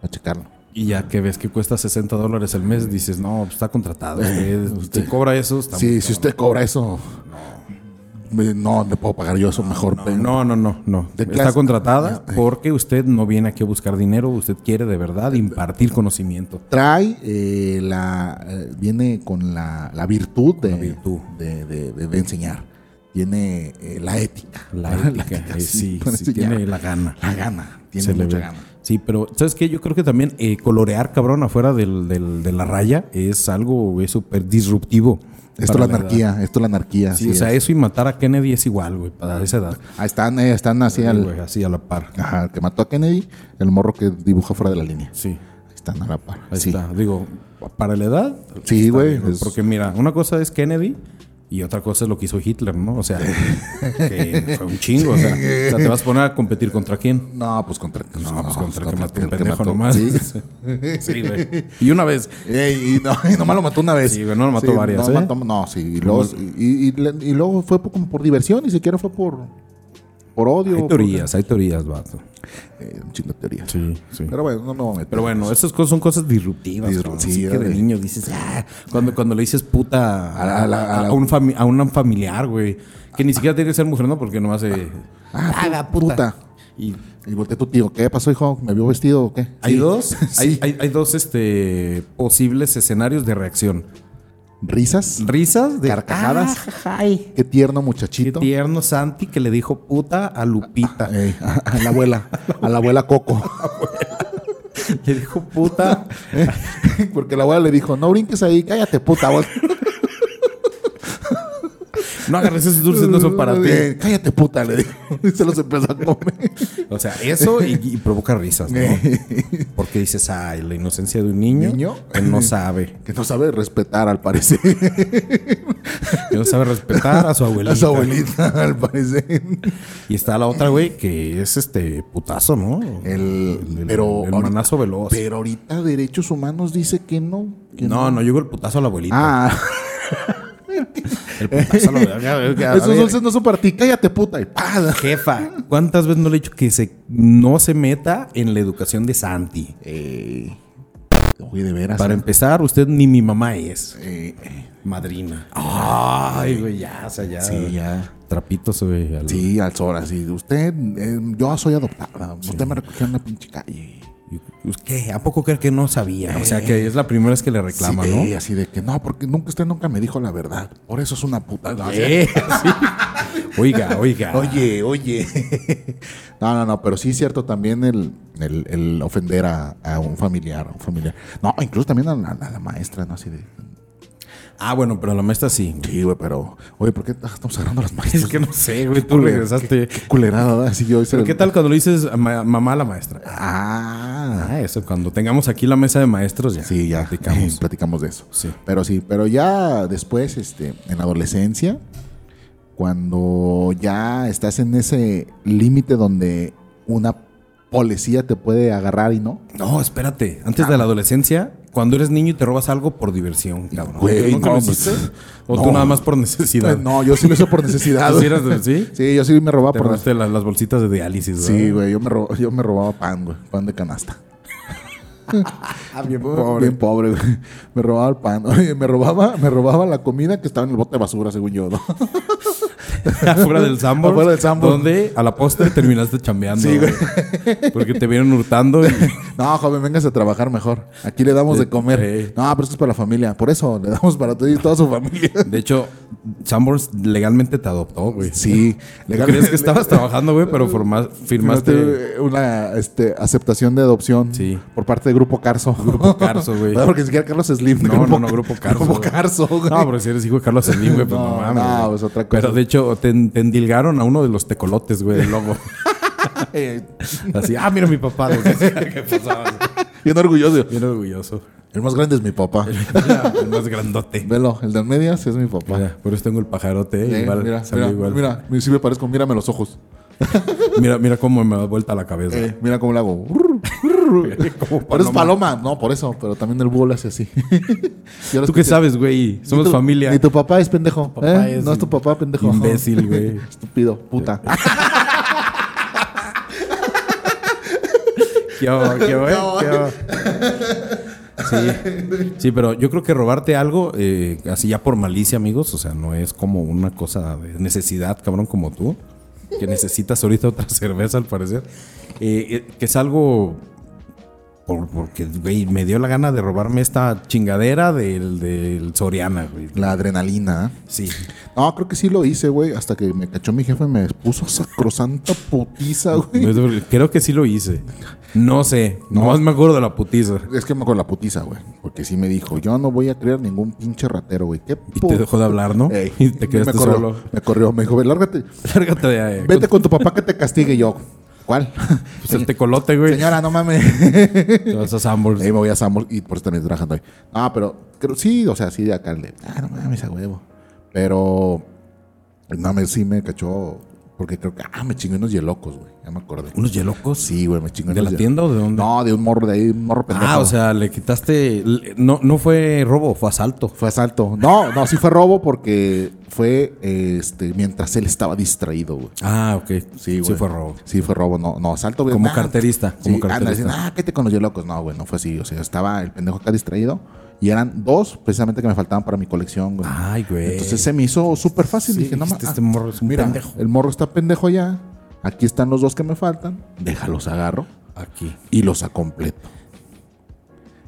S4: para checarlo.
S3: Y ya que ves que cuesta 60 dólares el mes, dices, no, pues está contratado. Usted, usted cobra eso. está muy
S4: Sí, si
S3: cabrón".
S4: usted cobra eso, me- no, le puedo pagar yo eso mejor. pero-
S3: No, no, no, no.
S4: De
S3: Está
S4: clase-
S3: contratada porque usted no viene aquí a buscar dinero. Usted quiere de verdad impartir conocimiento.
S4: Trae eh, la. eh, viene con la, la virtud, de,
S3: virtud.
S4: De, de- de- de enseñar. Tiene eh, la ética.
S3: La ética. eh, sí,
S4: para
S3: sí,
S4: enseñar.
S3: tiene la gana.
S4: La gana. Tiene
S3: Se le
S4: mucha
S3: ve.
S4: gana.
S3: Sí, pero ¿sabes qué? Yo creo que también eh, colorear, cabrón, afuera del- del- de la raya es algo güey, súper disruptivo.
S4: Esto es
S3: para
S4: la
S3: edad.
S4: anarquía, esto es la anarquía.
S3: Sí,
S4: así
S3: o sea,
S4: es.
S3: eso y matar a Kennedy es igual, güey, para esa edad.
S4: Ah, están, eh, están así
S3: Sí,
S4: al.
S3: güey, así a la par.
S4: Ajá, el que mató a Kennedy, el morro que dibuja fuera de la línea.
S3: Sí,
S4: Ahí Están a la par.
S3: ahí
S4: sí.
S3: está. Digo, para la edad.
S4: Sí,
S3: está
S4: güey.
S3: bien, ¿no?
S4: es-
S3: Porque mira, una cosa es Kennedy y otra cosa es lo que hizo Hitler, ¿no? O sea, que fue un chingo. O sea, o sea, te vas a poner a competir contra quién.
S4: No, pues contra. No,
S3: pues contra el que mató
S4: el
S3: un pendejo nomás.
S4: Sí.
S3: Sí, güey. Y una vez,
S4: Ey, y, no, y nomás lo mató una vez.
S3: Sí, güey, no lo mató varias,
S4: No,
S3: ¿eh?
S4: mató- no, sí. Y luego, y, y- y luego fue por- como por diversión, ni siquiera fue por. por odio.
S3: Hay
S4: por-
S3: teorías, hay teorías, vato.
S4: Eh, un chingo de teorías.
S3: Sí, sí.
S4: Pero bueno, no este, pues, me voy a meter.
S3: Pero
S4: en
S3: bueno,
S4: eso.
S3: esas cosas son cosas disruptivas.
S4: Disru-
S3: cabrón.
S4: sí,
S3: Así que de
S4: dale.
S3: niño dices, "Ah", cuando, cuando le dices puta a,
S4: A la- a la-
S3: a un, fami- a un familiar, güey. Que ni siquiera tiene que ser mujer, ¿no? Porque nomás eh,
S4: Ah,
S3: "Ah,
S4: pu-
S3: la
S4: puta.
S3: Y
S4: Y volteé tu tío, ¿qué pasó, hijo? ¿Me vio vestido o qué?
S3: hay
S4: Sí.
S3: dos,
S4: Sí.
S3: hay, hay- hay dos este, posibles escenarios de reacción.
S4: Risas,
S3: Risas de
S4: Carcajadas.
S3: "Ah, ja, ay".
S4: qué tierno
S3: Qué
S4: muchachito.
S3: tierno Santi que le dijo puta a Lupita.
S4: Eh, a, a la abuela, a la abuela Coco.
S3: Le dijo puta.
S4: Eh, Porque la abuela le dijo, no brinques ahí, cállate, puta. vos".
S3: No agarres esos dulces, no son para ti.
S4: Eh, Cállate, puta, le dijo. Y se los empezó a comer.
S3: O sea, eso y, y provoca risas, ¿no? Porque dices, ay, la inocencia de un niño,
S4: Niño.
S3: que no sabe,
S4: Que no sabe respetar, al parecer.
S3: que no sabe respetar a su abuelita.
S4: A su abuelita, al parecer.
S3: Y está la otra, güey, que es este putazo, ¿no?
S4: El,
S3: el-
S4: pero
S3: el
S4: ahorita-
S3: manazo veloz.
S4: Pero ahorita Derechos Humanos dice que no. que
S3: no, no, llegó el putazo a la abuelita.
S4: Ah,
S3: El putazo a la abuelita.
S4: esos dulces no son para ti. Cállate, puta. Y pa.
S3: Jefa, ¿cuántas veces no le he dicho que se, no se meta en la educación de Santi?
S4: Eh, uy, de veras.
S3: Para empezar, usted ni mi mamá es.
S4: eh, eh,
S3: Madrina. Ay, güey, ya, o sea, ya.
S4: sí, ya.
S3: Trapitos, güey. al-
S4: Sí, al sol, así. Usted, eh, yo soy adoptada. Usted me recogió en la pinche calle.
S3: Pues, ¿Qué? ¿A poco cree que no sabía? O sea, que es la primera vez que le reclama,
S4: eh? Sí,
S3: ¿no?
S4: eh, así de que no, porque nunca usted nunca me dijo la verdad. Por eso es una puta. No,
S3: Eh, sí. Oiga, oiga.
S4: Oye, oye. No, no, no, pero sí es cierto también el, el- el ofender a, a un familiar, a un familiar. No, incluso también a la, a la maestra, ¿no? Así de.
S3: Ah, bueno, pero la maestra sí.
S4: Sí, güey, pero. Oye, ¿por qué ah, estamos agarrando a las maestras?
S3: Es que no sé, güey, tú regresaste.
S4: Qué culerada, ¿verdad? Así yo hice
S3: Pero
S4: el-
S3: ¿qué tal cuando le dices a ma- mamá a la maestra?
S4: Ah,
S3: Ah, eso, cuando tengamos aquí la mesa de maestros ya.
S4: sí, ya. Platicamos.
S3: platicamos.
S4: platicamos de eso.
S3: Sí.
S4: Pero sí, pero ya después, este, en la adolescencia, cuando ya estás en ese límite donde una policía te puede agarrar y no.
S3: No, espérate. Antes de la adolescencia, cuando eres niño y te robas algo por diversión, cabrón.
S4: Güey,
S3: ¿Nunca lo
S4: no,
S3: hiciste?
S4: pues,
S3: ¿O
S4: no.
S3: tú nada más por necesidad?
S4: Pues no, yo sí lo hice por necesidad.
S3: ¿Tú sí eras de- sí?
S4: Sí, yo sí me robaba
S3: Te
S4: por
S3: robaste la- las bolsitas de diálisis, ¿verdad?
S4: Sí, güey, yo me, rob- yo me robaba pan, güey, pan de canasta.
S3: Ah,
S4: bien pobre. Bien pobre, güey. Me robaba el pan. Oye, me robaba, me robaba la comida que estaba en el bote de basura, según yo, ¿no?
S3: Afuera del Sambo.
S4: Afuera del Sanborns.
S3: Donde a la postre terminaste chambeando.
S4: Sí, güey.
S3: güey. Porque te vieron hurtando. y-
S4: No, joven, vengas a trabajar mejor. Aquí le damos de comer.
S3: Ey.
S4: No, pero esto es para la familia. Por eso, le damos para todo y toda su familia.
S3: De hecho, Sanborns legalmente te adoptó, güey.
S4: Sí.
S3: ¿Tú crees que estabas trabajando, güey, pero forma- firmaste
S4: Firmaste una este, aceptación de adopción
S3: Sí.
S4: por parte de Grupo Carso.
S3: Grupo Carso, güey.
S4: No, porque ni siquiera Carlos Slim.
S3: No, no, no, Grupo Carso,
S4: Grupo
S3: güey.
S4: Carso, güey.
S3: No, pero si eres hijo de Carlos Slim, güey, pues no,
S4: No,
S3: mames.
S4: no,
S3: güey.
S4: es otra cosa.
S3: Pero de hecho, te, en- te endilgaron a uno de los tecolotes, güey, del lobo.
S4: Eh,
S3: Así, ah, mira mi papá. güey. ¿Qué pasaba?
S4: Bien orgulloso.
S3: Bien orgulloso.
S4: El más grande es mi papá.
S3: Mira, el más grandote.
S4: Velo, el de en medias es mi papá.
S3: Mira, por eso tengo el pajarote. eh,
S4: Eh,
S3: igual,
S4: mira,
S3: salió
S4: mira,
S3: igual.
S4: mira, me- sí me parezco, mírame los ojos.
S3: Mira, mira cómo me da vuelta la cabeza.
S4: Eh, mira cómo le hago.
S3: Como
S4: Pero es paloma, no, por eso, pero también el búho le hace así. Yo lo
S3: ¿Tú qué
S4: escuché.
S3: sabes, güey? Somos
S4: Ni tu-
S3: familia.
S4: Ni tu papá es pendejo.
S3: papá
S4: ¿eh?
S3: es
S4: no es tu papá pendejo.
S3: imbécil, güey.
S4: Estúpido, puta.
S3: ¿Qué va, qué va, qué va? Sí. sí, pero yo creo que robarte algo, eh, así ya por malicia, amigos, o sea, no es como una cosa de necesidad, cabrón, como tú, que necesitas ahorita otra cerveza, al parecer, Eh, eh, que es algo por- porque, güey, me dio la gana de robarme esta chingadera del, del Soriana, güey.
S4: La adrenalina. ¿eh?
S3: Sí.
S4: No, creo que sí lo hice, güey. Hasta que me cachó mi jefe y me puso sacrosanta putiza, güey.
S3: Creo que sí lo hice. No sé, nomás me acuerdo de la putiza.
S4: Es que me acuerdo la putiza, güey. Porque sí me dijo, yo no voy a crear ningún pinche ratero, güey. ¿Qué
S3: Y te dejó de hablar, ¿no?
S4: Ey,
S3: y te quedaste
S4: me corrió,
S3: solo.
S4: Me corrió, me dijo, "Ve, lárgate.
S3: Lárgate de ahí.
S4: Vete con tu papá que te castigue Y yo. ¿Cuál?
S3: Pues el tecolote, güey.
S4: Señora, no mames.
S3: Te vas a Sanborns.
S4: Pues Ahí me voy a Sambo y por eso también estoy trabajando hoy. Ah, pero creo, sí, o sea, sí, de alcalde. Ah, no mames, a huevo. Pero, no mames, sí me cachó Porque creo que, ah, me chingué unos yelocos, güey. Ya me acordé.
S3: ¿Unos yelocos?
S4: Sí, güey, me chingué
S3: ¿De
S4: unos
S3: la
S4: ye-
S3: tienda o de dónde?
S4: No, de un morro de ahí, un morro pendejo.
S3: Ah, o sea, le quitaste. le- No, no fue robo, fue asalto.
S4: Fue asalto. No, no, sí fue robo porque fue eh, este, mientras él estaba distraído, güey.
S3: Ah, ok.
S4: Sí, güey.
S3: Sí, fue robo.
S4: Sí, fue robo. No, no, asalto, güey.
S3: Como
S4: Nah,
S3: carterista,
S4: Sí,
S3: como carterista.
S4: ándale, dicen, ah, ¿qué te conoció, locos? No, güey, no fue así. O sea, estaba el pendejo acá distraído. Y eran dos precisamente que me faltaban para mi colección, güey.
S3: Ay, güey.
S4: Entonces se me hizo súper fácil.
S3: Sí,
S4: Dije, no
S3: dijiste,
S4: mames.
S3: este morro es un
S4: mira,
S3: pendejo.
S4: El morro está pendejo ya. Aquí están los dos que me faltan. Déjalos agarro
S3: Aquí.
S4: y los a completo.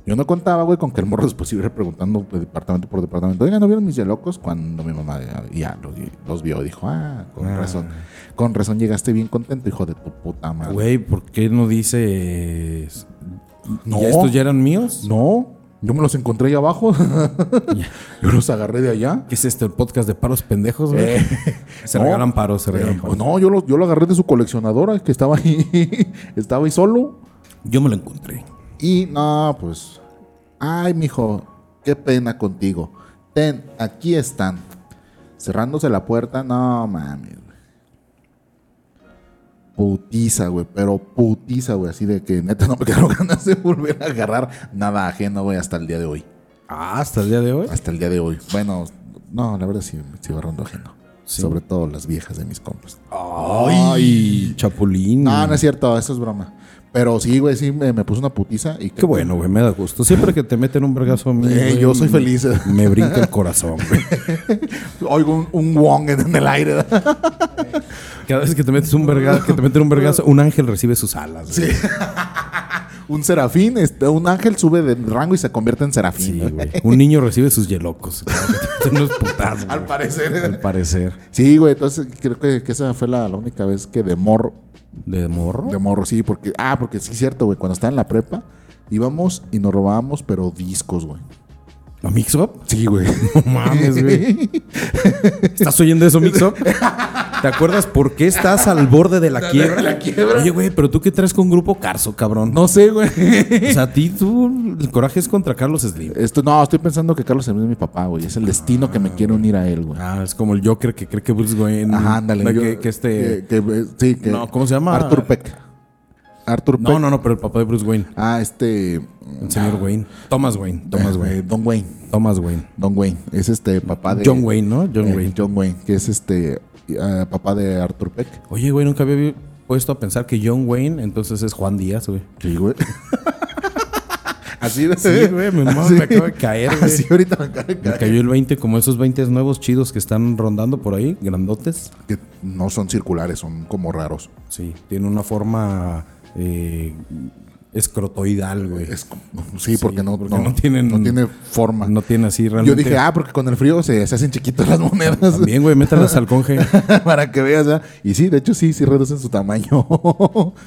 S4: Yo no contaba, güey, con que el morro después iba preguntando pues, departamento por departamento. Oiga, ¿no vieron mis yelocos? Cuando mi mamá ya, ya los, los vio, dijo, ah, con
S3: Ah.
S4: razón. Con razón llegaste bien contento, hijo de tu puta madre.
S3: Güey, ¿por qué no dices.
S4: No.
S3: ¿Ya estos ya eran míos?
S4: No, yo me los encontré ahí abajo. yo los agarré de allá.
S3: ¿Qué es este el podcast de paros pendejos, güey?
S4: Eh,
S3: Se
S4: no.
S3: regalan paros, se regalan
S4: Eh,
S3: paros.
S4: no, yo lo, yo lo agarré de su coleccionadora que estaba ahí. estaba ahí solo.
S3: Yo me lo encontré.
S4: Y no, pues. Ay, mijo, qué pena contigo. Ten, aquí están. Cerrándose la puerta, no mames. güey. Putiza, güey, pero putiza, güey, así de que neta no me quedaron ganas de volver a agarrar nada ajeno, güey, hasta el día de hoy.
S3: Ah, hasta el día de hoy.
S4: Hasta el día de hoy. Bueno, no, la verdad sí, sí agarrando ajeno.
S3: Sí.
S4: Sobre todo las viejas de mis compas.
S3: Ay, Chapulín.
S4: No, no es cierto, eso es broma. Pero sí, güey, sí me, me puse una putiza y
S3: Qué bueno, güey, me da gusto. Siempre que te meten un vergazo a mí.
S4: Eh,
S3: güey,
S4: yo soy feliz.
S3: Me brinca el corazón, güey.
S4: Oigo un, un wong en el aire.
S3: Cada vez que te metes un vergazo, que te meten un vergazo, un ángel recibe sus alas. güey.
S4: Un serafín, este, un ángel sube de rango y se convierte en serafín.
S3: Sí,
S4: ¿no?
S3: güey. Un niño recibe sus yelocos. Son unos putazos. güey.
S4: Al
S3: Al
S4: parecer.
S3: parecer.
S4: Sí, güey, entonces creo que, que esa fue la, la única vez que de morro,
S3: ¿De morro?
S4: de morro, sí, porque, ah, porque sí es cierto, güey, cuando estaba en la prepa, íbamos y nos robábamos, pero discos, güey.
S3: ¿A Mix Up?
S4: Sí, güey.
S3: No mames, güey. ¿Estás oyendo eso, Mix Up? ¿Te acuerdas por qué estás al borde de la quiebra? Oye, güey, pero tú qué traes con Grupo Carso, cabrón.
S4: No sé, güey.
S3: O sea, a ti tú, el coraje es contra Carlos Slim.
S4: Esto, no, estoy pensando que Carlos Slim es mi papá, güey. Es el destino que me quiere unir a él, güey.
S3: Ah, es como el Joker que cree que Bruce Wayne.
S4: Ajá, ándale.
S3: Mm, no,
S4: yo-
S3: Que, que este.
S4: que- que- sí, que-
S3: No, ¿cómo se llama?
S4: Arthur Peck. Arthur Peck.
S3: No, no, no, pero el papá de Bruce Wayne.
S4: Ah, este.
S3: El señor Wayne. Thomas Wayne. Thomas
S4: eh,
S3: Wayne.
S4: Don Wayne.
S3: Thomas Wayne.
S4: Don Wayne. Es este papá de.
S3: John Wayne, ¿no? John
S4: eh,
S3: Wayne.
S4: John Wayne, que es este eh, papá de Arthur Peck.
S3: Oye, güey, nunca había vi- puesto a pensar que John Wayne entonces es Juan Díaz, güey.
S4: Sí, güey. Así de.
S3: Sí, güey, mi mamá
S4: así-
S3: me acaba de caer, güey.
S4: Así ahorita me acaba de
S3: Me
S4: caer.
S3: cayó el 20, como esos 20 nuevos chidos que están rondando por ahí, grandotes.
S4: Que no son circulares, son como raros.
S3: Sí, tiene una forma eh, escrotoidal, güey.
S4: Es como- sí, porque, no,
S3: porque no tienen-
S4: no tiene forma.
S3: No tiene así
S4: Yo
S3: realmente.
S4: dije, ah, pues, porque con el frío se, se hacen chiquitas las monedas.
S3: También, güey, métalas al conge.
S4: para que veas. ¿verdad? Y sí, de hecho sí, sí reducen su tamaño.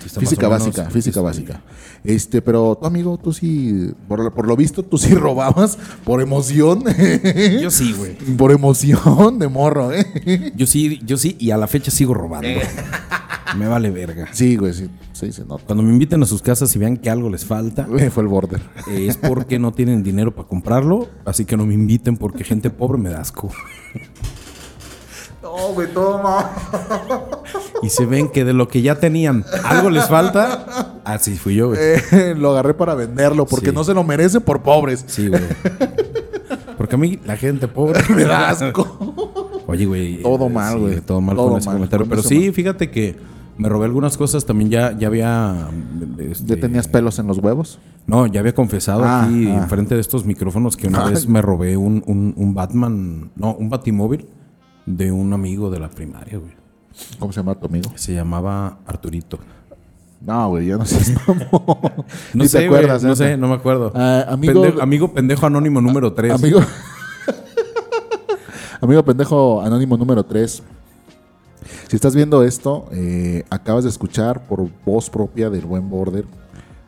S3: está
S4: física
S3: más o menos,
S4: básica,
S3: sí,
S4: física
S3: sí.
S4: básica. Este, pero tu amigo, tú sí, por, lo- por lo visto, tú sí robabas por emoción.
S3: Yo sí, güey.
S4: por emoción de morro, ¿eh?
S3: Yo sí, yo sí, y a la fecha sigo robando. Me vale verga.
S4: Sí, güey, sí, sí, se nota.
S3: Cuando me inviten a sus casas y vean que algo les falta,
S4: Eh, Fue el border.
S3: eh, es porque no tienen dinero para comprarlo, así que no me inviten porque gente pobre me da asco.
S4: No, güey, toma.
S3: Y se ven que de lo que ya tenían algo les falta, así fui yo, güey.
S4: Eh, lo agarré para venderlo porque
S3: Sí.
S4: no se lo merece por pobres.
S3: Sí, güey. Porque a mí la gente pobre
S4: Me da asco.
S3: Oye, güey.
S4: Todo mal,
S3: sí,
S4: güey.
S3: todo mal
S4: Todo
S3: con ese
S4: mal,
S3: comentario.
S4: con
S3: Pero
S4: ese
S3: sí,
S4: mal.
S3: fíjate que me robé algunas cosas. También ya, ya había. mm, este,
S4: ¿Ya tenías pelos en los huevos?
S3: No, ya había confesado
S4: Ah,
S3: aquí
S4: ah.
S3: enfrente de estos micrófonos que una
S4: Ay.
S3: vez me robé un, un, un Batman. No, un Batimóvil de un amigo de la primaria, güey.
S4: ¿Cómo se llama tu amigo?
S3: Se llamaba Arturito.
S4: No, güey, ya no sé.
S3: No sé, güey,
S4: ¿eh?
S3: no sé, no me acuerdo.
S4: Ah, amigo-
S3: Pendejo, amigo pendejo anónimo número 3.
S4: Amigo. Amigo pendejo anónimo número 3. Si estás viendo esto, eh, acabas de escuchar por voz propia del buen Border,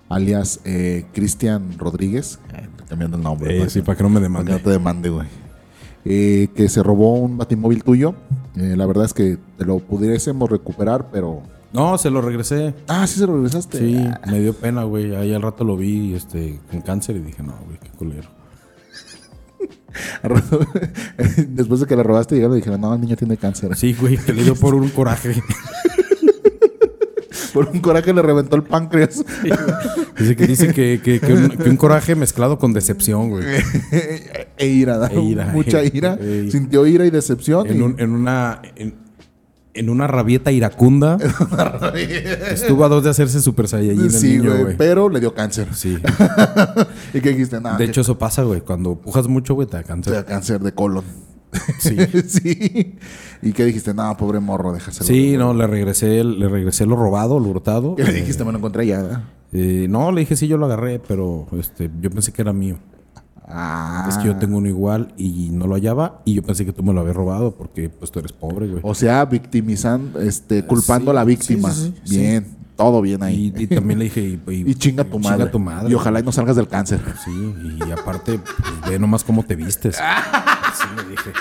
S4: alias eh, Cristian Rodríguez. Eh, Cambiando el nombre. para
S3: sí,
S4: que-
S3: para que no me
S4: para que
S3: demande.
S4: no te demande, güey. Eh, que se robó un batimóvil tuyo. Eh, la verdad es que te lo pudiésemos recuperar, pero.
S3: No, se lo regresé.
S4: Ah, sí se lo regresaste.
S3: Sí,
S4: Ah,
S3: me dio pena, güey. Ahí al rato lo vi este, con cáncer y dije, no, güey, qué culero.
S4: llegando. Después de que la robaste, llegaron y dijeron, no, el niño tiene cáncer.
S3: Sí, güey, que le dio por un coraje.
S4: Por un coraje le reventó el páncreas.
S3: Dice que, dice que, que- que un, que un coraje mezclado con decepción, güey.
S4: e ira, ¿no?
S3: E ira,
S4: mucha
S3: eh,
S4: ira.
S3: eh.
S4: Sintió ira y decepción. y-
S3: En, un- en una. En, en una rabieta iracunda. estuvo a dos de hacerse Super Saiyajin
S4: sí,
S3: el niño,
S4: güey,
S3: güey.
S4: pero le dio cáncer.
S3: Sí.
S4: ¿Y qué dijiste? Nada,
S3: De hecho, eso pasa, güey. Cuando pujas mucho, güey, te da
S4: Ah, te da
S3: cáncer.
S4: cáncer de colon.
S3: Sí.
S4: sí. ¿Y qué dijiste? No, pobre morro, déjaselo.
S3: Sí, no, le regresé, le regresé lo robado, lo hurtado.
S4: ¿Qué le dijiste? Me lo encontré allá.
S3: Eh, no, le dije sí, yo lo agarré, pero este, yo pensé que era mío.
S4: Ah.
S3: Es que yo tengo uno igual y no lo hallaba y yo pensé que tú me lo habías robado porque pues tú eres pobre, güey.
S4: O sea, victimizando, este, culpando
S3: sí,
S4: a la víctima.
S3: sí, sí, sí,
S4: bien, todo bien ahí.
S3: Y, y también le dije... Y,
S4: Y chinga tu madre.
S3: tu madre.
S4: Y ojalá y no salgas del cáncer.
S3: Sí, y aparte, pues, ve nomás cómo te vistes. Sí, le dije.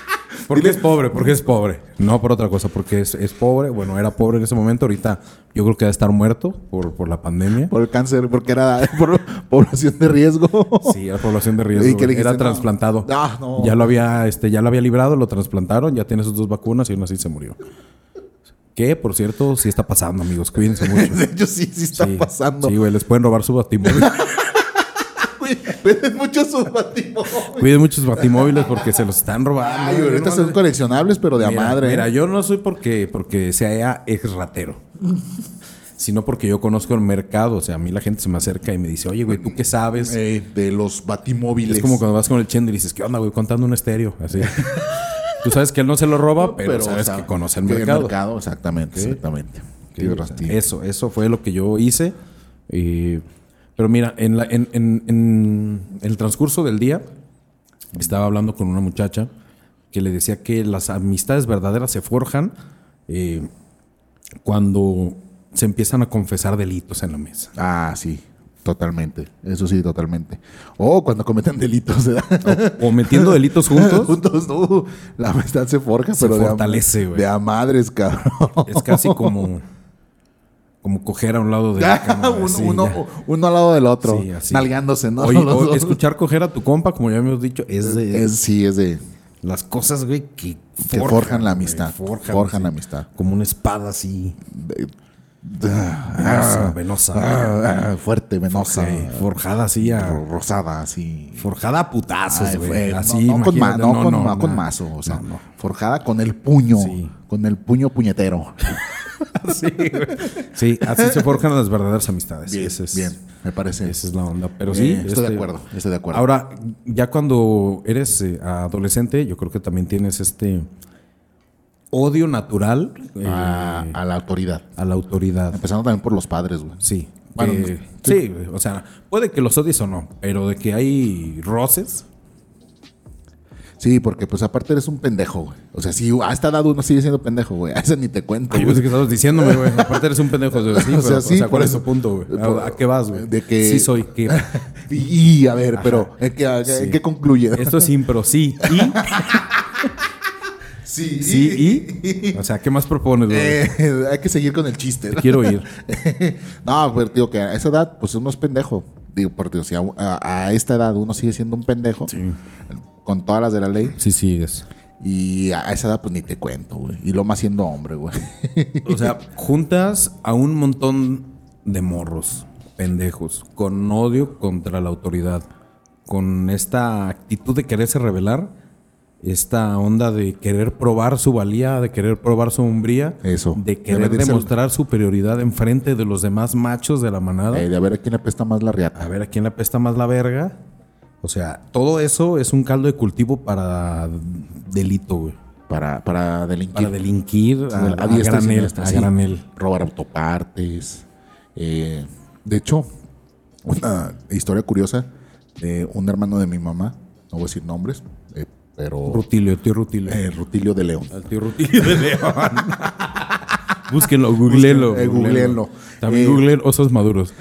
S3: Porque es pobre, porque es pobre. No por otra cosa, porque es, es pobre. Bueno, era pobre en ese momento. Ahorita yo creo que va a estar muerto por, por la pandemia.
S4: Por el cáncer, porque era por población de riesgo.
S3: Sí, era población de riesgo.
S4: ¿Y qué le
S3: güey.
S4: dijiste?
S3: era
S4: No.
S3: trasplantado.
S4: Ah, no.
S3: Ya lo había, este, ya lo había librado, lo trasplantaron, ya tiene sus dos vacunas y aún así se murió. Que, por cierto, sí está pasando, amigos. Cuídense mucho.
S4: De hecho, sí, sí está
S3: Sí.
S4: pasando.
S3: Sí, güey, les pueden robar su batimóvil.
S4: Güey, Venden mucho su batimóvil.
S3: Cuiden mucho sus batimóviles porque se los están robando.
S4: Ay,
S3: güey.
S4: ahorita
S3: No,
S4: son
S3: no.
S4: coleccionables, pero de a
S3: mira,
S4: madre.
S3: Mira,
S4: ¿eh?
S3: yo no soy porque, porque sea ex ratero. sino porque yo conozco el mercado. O sea, a mí la gente se me acerca y me dice, oye, güey, ¿tú qué sabes?
S4: Eh, de los batimóviles.
S3: Es como cuando vas con el chendo y dices, ¿qué onda, güey? Contando un estéreo. Así. Tú sabes que él no se lo roba, pero, sabes
S4: o sea,
S3: que conoce el
S4: que
S3: mercado.
S4: exactamente, exactamente.
S3: Sí,
S4: Tienes
S3: o sea,
S4: razón.
S3: eso, eso fue lo que yo hice. Y- pero mira, en, la- en- en- en el transcurso del día estaba hablando con una muchacha que le decía que las amistades verdaderas se forjan eh, cuando se empiezan a confesar delitos en la mesa.
S4: Ah, sí, totalmente. Eso sí, totalmente. O cuando cometen delitos, ¿verdad?
S3: O metiendo delitos juntos.
S4: Juntos, no. La amistad se forja,
S3: Se
S4: pero de a-
S3: fortalece, güey.
S4: De a madres, cabrón.
S3: Es casi como, como coger a un lado de la cama.
S4: uno,
S3: así,
S4: Ah, uno-
S3: ya.
S4: uno al lado del otro,
S3: Sí, así.
S4: nalgándose, ¿no?
S3: Oye,
S4: Los
S3: o-
S4: dos.
S3: escuchar coger a tu compa, como ya hemos dicho, es de
S4: Es- sí, es de.
S3: las cosas, güey, que
S4: Que forjan la
S3: güey,
S4: amistad, forjan la
S3: así,
S4: amistad.
S3: Como una espada así.
S4: Ah,
S3: venosa, venosa.
S4: ah, ah, fuerte, venosa.
S3: Sí, forjada así a.
S4: ro- Rosada, así.
S3: Forjada a putazos,
S4: Ay,
S3: güey.
S4: güey,
S3: Así,
S4: no, no con, ma-
S3: imagínate,
S4: no con- no
S3: no,
S4: con
S3: no.
S4: mazo, o sea,
S3: No, no.
S4: forjada con el puño,
S3: Sí.
S4: con el puño puñetero.
S3: Sí, güey. Sí, así se forjan las verdaderas amistades. Ese es-
S4: bien, me parece.
S3: Esa es la onda. Pero
S4: Eh,
S3: sí. este,
S4: estoy de acuerdo, estoy de acuerdo.
S3: Ahora, ya cuando eres eh, adolescente, yo creo que también tienes este odio natural eh,
S4: a, a la autoridad.
S3: a la autoridad.
S4: Empezando también por los padres, güey.
S3: Sí.
S4: Ah, pues, Bueno, pues,
S3: que- sí, güey, o sea, puede que los odies o no, pero de que hay roces.
S4: Sí, porque pues aparte eres un pendejo, güey. O sea, si a esta edad uno sigue siendo pendejo, güey. A ese ni te cuento.
S3: Ay, yo
S4: güey.
S3: pensé que estabas diciéndome, güey. Aparte eres un pendejo. Sí, pero, o sea, ¿cuál es tu punto, güey?
S4: por-
S3: ¿A, a qué vas, güey?
S4: De que...
S3: Sí soy. que-
S4: Y, y, a ver, pero ¿en qué, en
S3: Sí.
S4: qué concluye?
S3: Esto es impro, sí. ¿Y?
S4: sí,
S3: Sí, ¿y? O sea, ¿qué más propones, güey?
S4: Eh, hay que seguir con el chiste. ¿no?
S3: Quiero ir.
S4: no, pero digo que a esa edad, pues uno es pendejo. Digo, por Dios, si a, a- a esta edad uno sigue siendo un pendejo, con todas las de la ley,
S3: Sí, sí, es.
S4: y a esa edad, pues ni te cuento, güey. Y lo más siendo hombre, güey.
S3: O sea, juntas a un montón de morros, pendejos, con odio contra la autoridad, con esta actitud de quererse rebelar, esta onda de querer probar su valía, de querer probar su hombría,
S4: Eso.
S3: de
S4: De
S3: querer
S4: meterse al-
S3: demostrar superioridad en frente de los demás machos de la manada.
S4: Eh, de a ver a quién apesta más la riata.
S3: A ver a quién le apesta más la verga. O sea, todo eso es un caldo de cultivo para delito, güey.
S4: Para, para delinquir.
S3: Para delinquir
S4: Sí,
S3: a,
S4: a
S3: a
S4: diestra y
S3: granel,
S4: siniestra,
S3: a
S4: sí.
S3: granel.
S4: Robar autopartes. eh, de hecho, una historia curiosa de un hermano de mi mamá, no voy a decir nombres, eh, pero
S3: Rutilio, tío Rutilio.
S4: eh, Rutilio de León.
S3: Al tío Rutilio de León. Búsquenlo, googleenlo.
S4: Busquen- eh,
S3: googleenlo.
S4: googleenlo.
S3: También
S4: Eh,
S3: googleen osos maduros.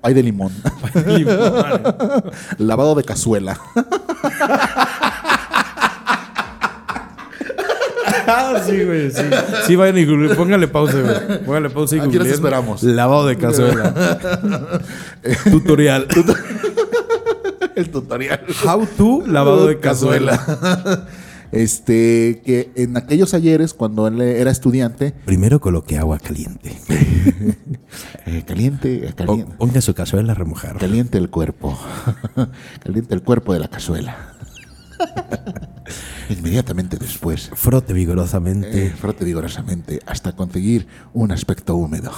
S4: Pay de limón. Lavado de cazuela.
S3: ah, sí, güey, sí. Sí, vayan y googleen. Pónganle pausa, güey. Pónganle pausa y
S4: Aquí los
S3: googleen.
S4: esperamos.
S3: Lavado de cazuela. Tutorial.
S4: el tutorial.
S3: How to lavado de cazuela.
S4: Este, que en aquellos ayeres, cuando él era estudiante,
S3: Primero coloque agua caliente.
S4: eh, caliente, eh,
S3: O-
S4: caliente,
S3: Ponga su cazuela a remojar.
S4: caliente el cuerpo, caliente el cuerpo de la cazuela. Inmediatamente después,
S3: Frote vigorosamente
S4: eh, frote vigorosamente hasta conseguir un aspecto húmedo.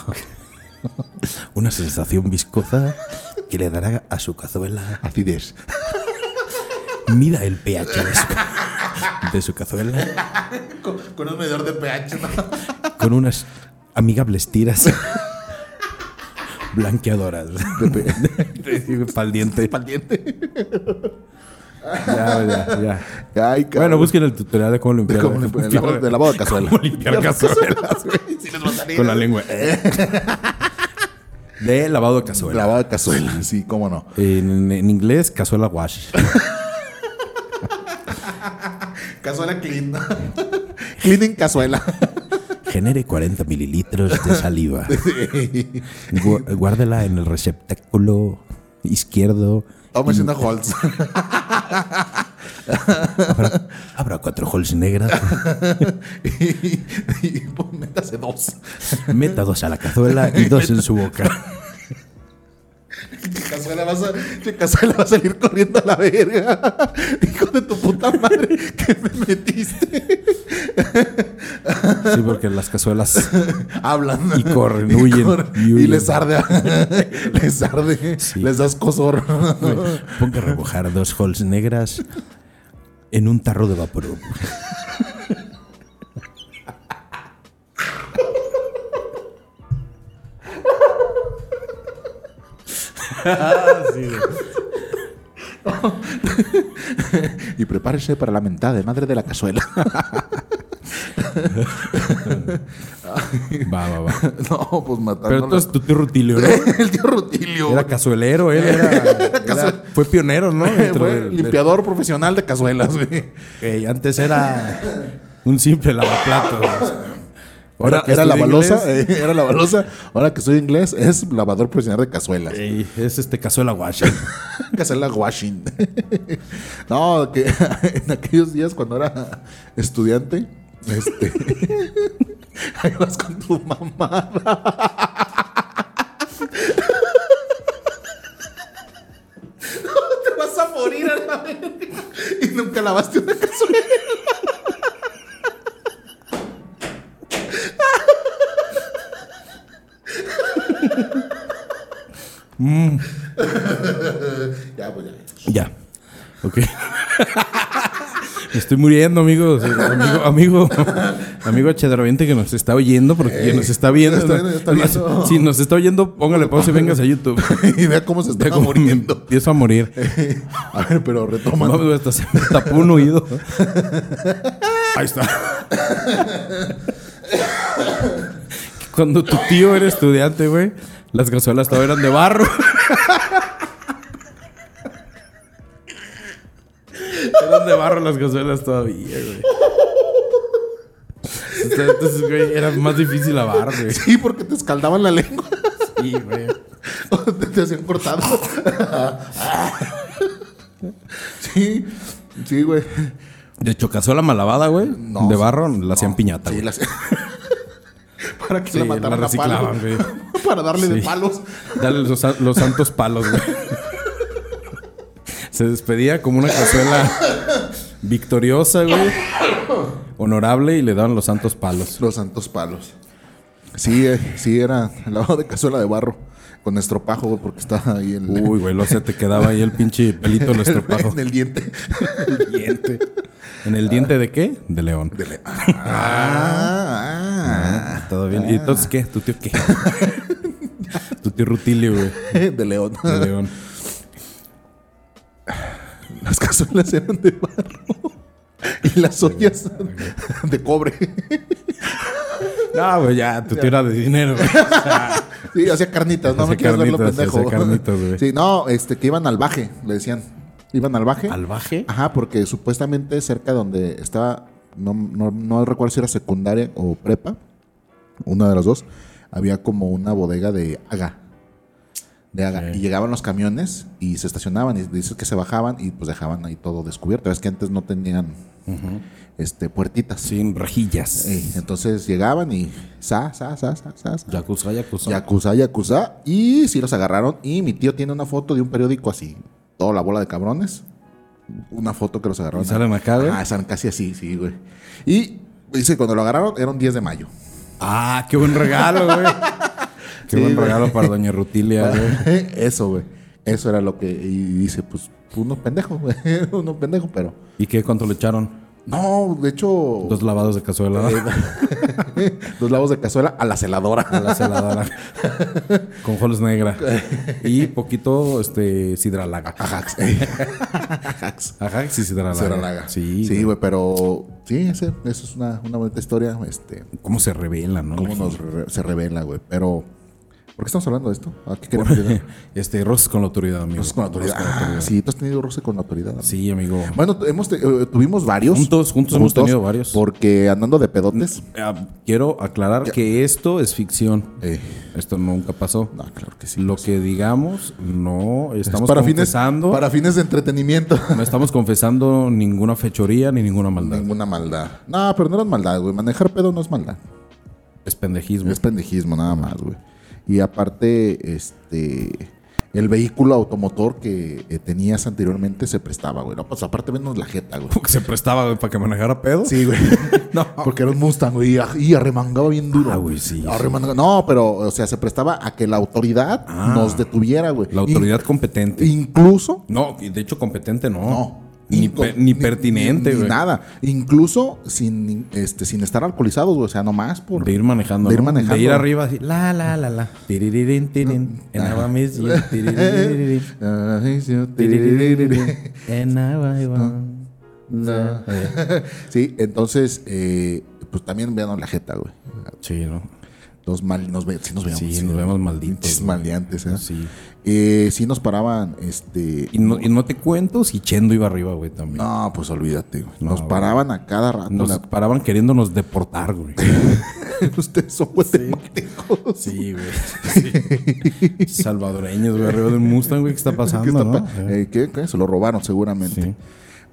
S3: una sensación viscosa que le dará a su cazuela.
S4: Acidez.
S3: Mida el pH de su, de su cazuela
S4: Con, un medidor de pH.
S3: con unas amigables tiras blanqueadoras. Pa'l diente. Ya, ya, ya. Bueno,
S4: Ay,
S3: pues,
S4: cabrón.
S3: busquen el tutorial de cómo limpiar,
S4: ¿Cómo limpiar el lavado- de lavado de cazuela?
S3: Cómo limpiar cazuelas
S4: Sí, les va a salir.
S3: con la lengua. De lavado de cazuela.
S4: Lavado de cazuela, sí, cómo no.
S3: En, en inglés, cazuela wash.
S4: Cazuela clean. Cleaning cazuela.
S3: Genere 40 mililitros de saliva. Gu- Guárdela en el receptáculo izquierdo.
S4: Tómese una
S3: Mm.
S4: Holz.
S3: Habrá, habrá cuatro holes negras.
S4: y, y pues, métase dos.
S3: Meta dos a la cazuela y dos en su boca.
S4: Cazuela vas a, che, cazuela va a salir corriendo a la verga. Hijo de tu puta madre, que me metiste.
S3: Sí, porque las cazuelas
S4: Hablan.
S3: Y corren, huyen, y
S4: y,
S3: huyen.
S4: les arde. les arde.
S3: Sí.
S4: Les das cosor.
S3: Ponga a remojar dos holes negras en un tarro de vapor.
S4: y prepárese para la mentada de madre de la cazuela.
S3: Va, va, va.
S4: no, pues matando.
S3: Pero entonces tu tío Rutilio, ¿no?
S4: el tío Rutilio.
S3: Era cazuelero, él era, era-
S4: cazue-
S3: fue pionero, ¿no?
S4: Eh,
S3: Dentro
S4: fue
S3: del- del-
S4: limpiador profesional de cazuelas, güey.
S3: que antes era un simple lavaplatos.
S4: Ahora
S3: que
S4: era la
S3: estudié
S4: balosa,
S3: inglés,
S4: eh, era la balosa. Ahora que soy inglés, es lavador profesional de cazuelas.
S3: eh, es este cazuela washing.
S4: Cazuela washing. no, que en aquellos días cuando era estudiante, este. ahí vas con tu mamá. te vas a morir a la verga. Y nunca lavaste una cazuela. Ya, pues ya.
S3: ya. Ok. Me estoy muriendo, amigos. Eh, Amigo, amigo, amigo Chedraviente que nos está oyendo, porque que nos está viendo.
S4: está viendo, está
S3: Además,
S4: viendo.
S3: Si nos está oyendo, póngale pausa y vengas a YouTube.
S4: y vea cómo se está
S3: Ya como me
S4: muriendo.
S3: Empiezo a morir.
S4: A ver, pero retoma.
S3: No, hasta se me tapó un oído. Ahí está. Cuando tu tío era estudiante, güey, las cazuelas todavía eran de barro. eran de barro las cazuelas todavía, güey. Entonces, güey, era más difícil lavar, güey.
S4: Sí, porque te escaldaban la lengua.
S3: Sí, güey.
S4: te, te hacían cortado. sí, sí, güey.
S3: De hecho, cazuela malavada, güey,
S4: No,
S3: de barro, la hacían piñata,
S4: Sí,
S3: güey.
S4: las- Para que
S3: Sí,
S4: la
S3: la
S4: mataran a
S3: reciclaban,
S4: palos.
S3: güey.
S4: Para darle de
S3: Sí.
S4: palos.
S3: Dale los, los santos palos, güey. Se despedía como una cazuela victoriosa, güey. Honorable y le daban los santos palos.
S4: Los santos palos. Sí, eh, sí, era lavado de cazuela de barro. Con estropajo, güey, porque estaba ahí el,
S3: Uy, güey, lo se te quedaba ahí el pinche pelito en nuestro pajo.
S4: en el diente.
S3: diente. ¿En el diente de qué? De león.
S4: Ah,
S3: Todo bien. ¿Y entonces qué? ¿Tu tío qué? tu tío Rutilio, güey.
S4: ah, de león.
S3: De león.
S4: Las cazuelas eran de barro. Y las ollas de cobre.
S3: No, güey, ya, tu tío era de dinero, güey.
S4: Sí, hacía carnitas, no
S3: Hacía
S4: me quieres ver lo
S3: carnitas,
S4: pendejo.
S3: hacía carnitas, güey.
S4: sí, no, este, que iban al baje, le decían. Iban al baje.
S3: ¿Albaje?
S4: Ajá, porque supuestamente cerca donde estaba, no, no, no recuerdo si era secundaria o prepa, una de las dos, había como una bodega de haga. de haga- Y llegaban los camiones y se estacionaban y dices que se bajaban y pues dejaban ahí todo descubierto. Es que antes no tenían este, puertitas.
S3: Sin rejillas.
S4: Ey, entonces llegaban y sa, sa, sa, sa, sa, sa.
S3: Yakuza, Yakuza.
S4: Yakuza, Yakuza. Y sí los agarraron. Y mi tío tiene una foto de un periódico así. Toda la bola de cabrones. Una foto que los agarraron.
S3: ¿Y salen acá, güey?
S4: Ah, salen casi así, sí, güey. Y dice, cuando lo agarraron era un 10 de mayo.
S3: Ah, qué buen regalo, güey. Qué
S4: Sí,
S3: buen
S4: güey.
S3: regalo para Doña Rutilia, güey.
S4: Eso, güey. Eso era lo que... Y dice, pues, unos pendejos, güey. unos pendejos, pero...
S3: ¿Y qué? ¿Cuánto le echaron?
S4: No, de hecho...
S3: Dos lavados de cazuela.
S4: dos lavos de cazuela a la celadora.
S3: a la celadora. Con joles negra. Y poquito, este, sidralaga.
S4: Ajax. Ajax.
S3: Ajá, sí, sidralaga.
S4: Ceralaga.
S3: Sí.
S4: Sí, güey, pero sí, ese, eso es una, una bonita historia. Este,
S3: ¿Cómo se revela, no?
S4: cómo
S3: La
S4: nos
S3: gente.
S4: re- se revela, güey. Pero, ¿por qué estamos hablando de esto? ¿A qué queremos llegar?
S3: Este, roces con la autoridad, amigo.
S4: Roces con la autoridad.
S3: Roces pues con la
S4: Ah, sí, tú has tenido roce con la autoridad. amigo.
S3: Sí, amigo.
S4: Bueno, tu- hemos te- eh, tuvimos varios.
S3: Juntos, juntos hemos tenido varios.
S4: Porque andando de pedotes.
S3: Ah, quiero aclarar que esto es ficción.
S4: eh,
S3: Esto nunca pasó.
S4: no, claro que sí.
S3: Lo que digamos, no estamos
S4: para fines,
S3: confesando.
S4: para fines de entretenimiento.
S3: No estamos confesando ninguna fechoría ni ninguna maldad.
S4: Ninguna maldad. No, pero no es maldad, güey. Manejar pedo no es maldad.
S3: Es pendejismo.
S4: Es pendejismo nada más, güey. Y aparte, este, el vehículo automotor que eh, tenías anteriormente se prestaba, güey. No, pues aparte menos la jeta, güey.
S3: Porque se prestaba güey, para que manejara pedo.
S4: Sí, güey.
S3: No.
S4: Ah. Porque era un Mustang, güey. Y, aj- y arremangaba bien duro.
S3: Ah, güey, sí, sí.
S4: Arremangaba- No, pero, o sea, se prestaba a que la autoridad
S3: Ah.
S4: nos detuviera, güey.
S3: La autoridad competente.
S4: In- incluso
S3: no, y de hecho competente no.
S4: No.
S3: Ni,
S4: Inco-
S3: pe- ni pertinente,
S4: ni
S3: güey.
S4: nada. Incluso sin, este, sin estar alcoholizados, güey. O sea, nomás por.
S3: De ir manejando.
S4: De ir
S3: ¿no?
S4: manejando.
S3: De ir arriba así. La, la, la, la. Tiriririn, tirin. En agua mis- tiriririn,
S4: Ah, sí, sí,
S3: tiriririn. En agua iba.
S4: Sí, entonces, eh, pues también vean la jeta, güey.
S3: Sí, ¿no?
S4: Los mal, nos ve, sí nos veíamos.
S3: Sí, nos vemos malditos,
S4: Pinches
S3: güey.
S4: maleantes, ¿eh? Sí.
S3: Sí.
S4: Eh, sí nos paraban, este...
S3: Y no, y no te cuento si Chendo iba arriba, güey, también.
S4: No, pues olvídate, güey.
S3: No,
S4: nos
S3: güey.
S4: paraban a cada rato.
S3: Nos
S4: la-
S3: paraban queriéndonos deportar, güey.
S4: Ustedes son guatemaltecos.
S3: Sí, güey. Sí. Salvadoreños, güey, arriba de un Mustang, güey, ¿qué está pasando?
S4: ¿Qué, está
S3: no?
S4: pa- eh, ¿qué- qué? Se lo robaron seguramente.
S3: Sí.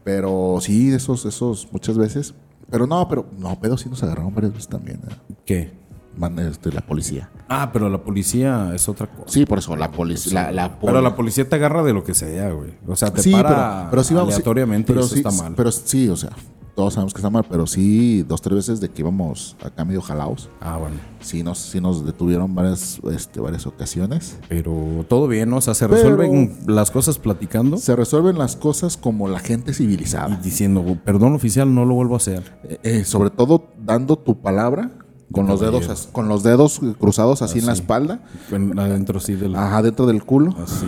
S4: Pero sí, esos, esos, muchas veces. Pero no, pero... No, pero sí nos agarraron varias veces también. ¿eh?
S3: ¿Qué?
S4: Man- este, la policía.
S3: Ah, pero la policía es otra cosa.
S4: Sí, por eso, la policía. La, la
S3: Pero
S4: poli-
S3: la policía te agarra de lo que sea, güey. O sea, te para
S4: vamos-
S3: aleatoriamente
S4: pero
S3: y eso
S4: sí,
S3: está mal.
S4: Pero sí, o sea, todos sabemos que está mal, pero sí, dos, tres veces de que íbamos acá medio jalaos,
S3: ah, bueno.
S4: sí nos, sí nos detuvieron varias, este, varias ocasiones.
S3: Pero todo bien, ¿no? O sea, se
S4: Pero-
S3: resuelven las cosas platicando
S4: Se resuelven las cosas como la gente
S3: y
S4: civilizada.
S3: diciendo, perdón oficial, no lo vuelvo a hacer.
S4: Eh, eh, sobre todo dando tu palabra con los dedos,
S3: caballero.
S4: as- con los dedos cruzados así en la espalda,
S3: En- Adentro sí del...
S4: ajá, dentro del culo
S3: Así.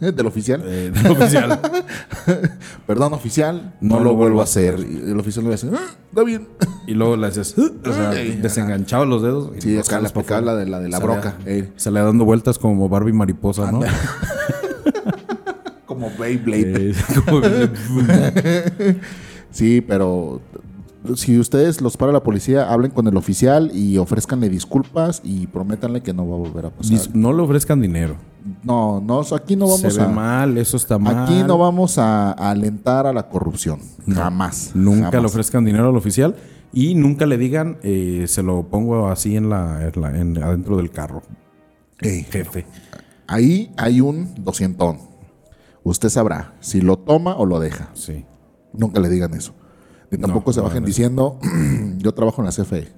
S4: del oficial.
S3: Eh, del oficial.
S4: Perdón, oficial,
S3: No
S4: no,
S3: lo
S4: lo
S3: vuelvo
S4: vuelvo
S3: a
S4: a hacer. Y el oficial le dice, "Ah, está bien.
S3: Y luego le haces... "Uh", O sea,
S4: Ey,
S3: desenganchaba los dedos. y
S4: Sí,
S3: los
S4: acá la
S3: jalas pa'
S4: aplicaba
S3: fuera.
S4: la de la, de la
S3: Se le-
S4: broca. eh.
S3: Se le dando vueltas como Barbie mariposa, ¿no?
S4: Como Beyblade.
S3: Eh, como-
S4: Sí, pero si ustedes los para la policía, hablen con el oficial y ofrezcanle disculpas y prométanle que no va a volver a pasar.
S3: Dis- no le ofrezcan dinero.
S4: no, no, aquí no vamos
S3: Se ve
S4: a
S3: mal, eso está mal.
S4: aquí no vamos a, a alentar a la corrupción, jamás.
S3: Nunca
S4: jamás.
S3: le ofrezcan dinero al oficial y nunca le digan, eh, se lo pongo así en la, en la- en- adentro del carro,
S4: Ey,
S3: jefe.
S4: ahí hay un doscientón. Usted sabrá si lo toma o lo deja.
S3: Sí.
S4: Nunca le digan eso. Ni tampoco se
S3: no,
S4: bajen
S3: no.
S4: diciendo, yo trabajo en la CFE,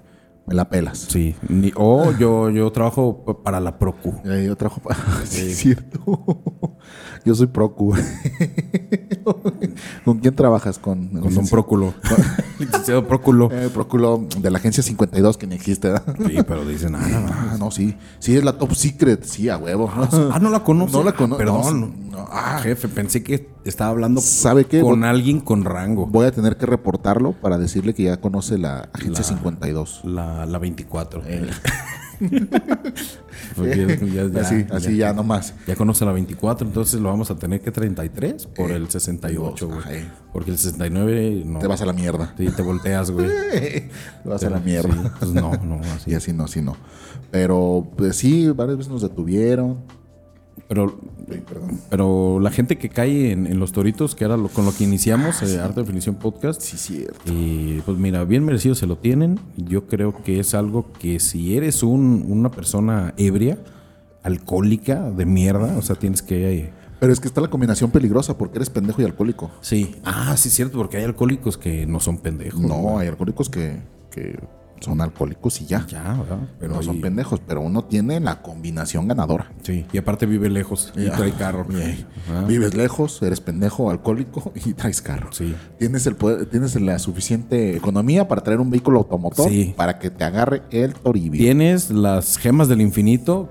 S4: me la pelas.
S3: Sí. Ni- o yo, yo trabajo p- para la Procu.
S4: Eh, yo trabajo para. Sí, es cierto. yo soy procu. ¿Con quién trabajas? Con,
S3: Con un próculo. Licenciado próculo.
S4: Eh, Próculo de la agencia 52 que ni existe, ¿verdad?
S3: Sí, pero dicen, ah, no,
S4: Ah, no, sí. Sí, es la top secret. Sí, a huevo.
S3: ah, no la conoce.
S4: No la conozco.
S3: Perdón. Ah, jefe, pensé que estaba hablando
S4: ¿Sabe qué?
S3: con
S4: Voy-
S3: alguien con rango.
S4: Voy a tener que reportarlo para decirle que ya conoce la agencia 52.
S3: La, la 24.
S4: Eh.
S3: Pues
S4: así, así ya, nomás.
S3: Ya conoce la 24, entonces lo vamos a tener que 33 por el 68,
S4: dos,
S3: güey.
S4: ajá, eh.
S3: Porque el 69 no.
S4: Te vas a la mierda.
S3: Sí, te volteas, güey.
S4: Te vas a la mierda.
S3: Sí, pues no, no, así.
S4: Y así no, así no. Pero pues, sí, varias veces nos detuvieron.
S3: Pero, pero la gente que cae en, en los toritos, que era lo, con lo que iniciamos, eh, Arte de Definición Podcast,
S4: Ah, Sí, cierto.
S3: y pues mira, bien merecido se lo tienen. Yo creo que es algo que si eres un- una persona ebria, alcohólica, de mierda, o sea, tienes que... eh,
S4: Pero es que está la combinación peligrosa porque eres pendejo y alcohólico.
S3: sí, ah, sí, cierto, porque hay alcohólicos que no son pendejos.
S4: No,
S3: güey.
S4: hay alcohólicos que, que son alcohólicos y ya.
S3: ya, ¿verdad?
S4: Pero
S3: Pero
S4: no son
S3: ahí-
S4: pendejos, pero uno tiene la combinación ganadora.
S3: Sí, y aparte vive lejos y
S4: Ya.
S3: trae carro.
S4: Ey,
S3: Ah,
S4: Vives lejos, eres pendejo, alcohólico y traes carro.
S3: Sí.
S4: Tienes, el poder, tienes la suficiente economía para traer un vehículo automotor
S3: Sí.
S4: para que te agarre el toribio.
S3: Tienes las gemas del infinito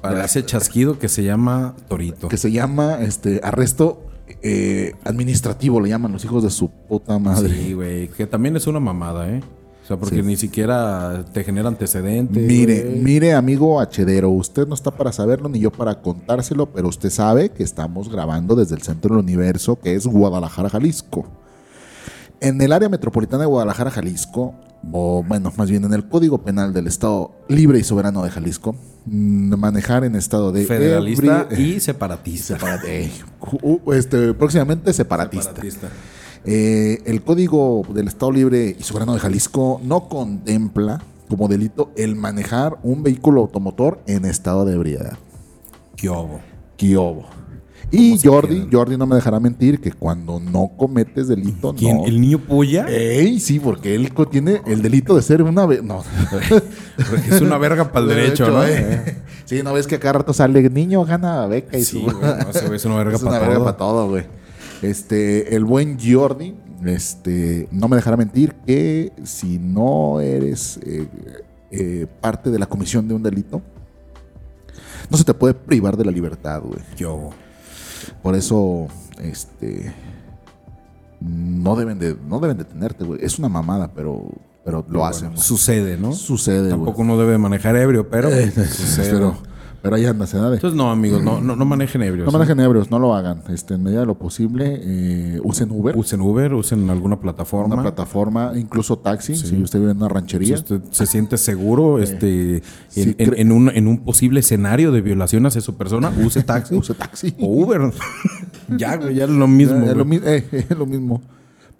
S3: para ese chasquido que se llama Torito.
S4: Que se llama este arresto eh, administrativo, le llaman los hijos de su puta madre.
S3: Sí, güey. Que también es una mamada, ¿eh? O sea, porque
S4: Sí.
S3: ni siquiera te genera antecedentes.
S4: Mire,
S3: güey.
S4: mire, amigo Hachedero, usted no está para saberlo ni yo para contárselo, pero usted sabe que estamos grabando desde el centro del universo, que es Guadalajara, Jalisco. En el área metropolitana de Guadalajara, Jalisco, o bueno, más bien en el Código Penal del Estado Libre y Soberano de Jalisco, mm, manejar en estado de
S3: Federalista
S4: eh, ebri-
S3: y separatista.
S4: eh, uh, este, próximamente separatista.
S3: Separatista.
S4: Eh, el Código del Estado Libre y Soberano de Jalisco no contempla como delito el manejar un vehículo automotor en estado de ebriedad.
S3: ¿Qué hubo?
S4: Quiobo. Y
S3: se
S4: Jordi,
S3: quedan?
S4: Jordi no me dejará mentir que cuando no cometes delito,
S3: ¿Quién?
S4: no. Eh.
S3: ¿El niño polla?
S4: Ey, sí, porque él co- tiene el delito de ser una vez. No.
S3: Porque es una verga para el derecho, ¿no?
S4: eh. Sí, no ves que a cada rato sale niño, gana beca y
S3: Sí,
S4: su-
S3: güey. No, ese güey es una verga
S4: es una
S3: para
S4: verga
S3: todo.
S4: para todo, güey. Este, el buen Jordi, este, no me dejará mentir que si no eres eh, eh, parte de la comisión de un delito, no se te puede privar de la libertad, güey.
S3: ¿Qué hubo?
S4: Por eso, este, no deben de, no deben detenerte, güey. Es una mamada, pero, pero lo hacen. güey.
S3: Sucede, ¿no?
S4: Sucede, güey. Eh,
S3: Tampoco uno debe manejar ebrio, pero sucede.
S4: pero, pero ahí andas, ¿eh?
S3: Entonces, no, amigos, no, no, no manejen ebrios.
S4: No
S3: ¿eh?
S4: manejen ebrios, no lo hagan. Este, en medida de lo posible, eh, usen Uber.
S3: Usen Uber, usen alguna plataforma.
S4: una plataforma, incluso taxi, si usted vive en una
S3: Si
S4: ranchería.
S3: usted se siente seguro este, en,
S4: sí,
S3: en-
S4: cre-
S3: en un, en un posible escenario de violación hacia su persona, use taxi
S4: Use taxi.
S3: o Uber. ya, güey, ya es lo mismo.
S4: es, lo,
S3: güey.
S4: mi- eh, es lo mismo.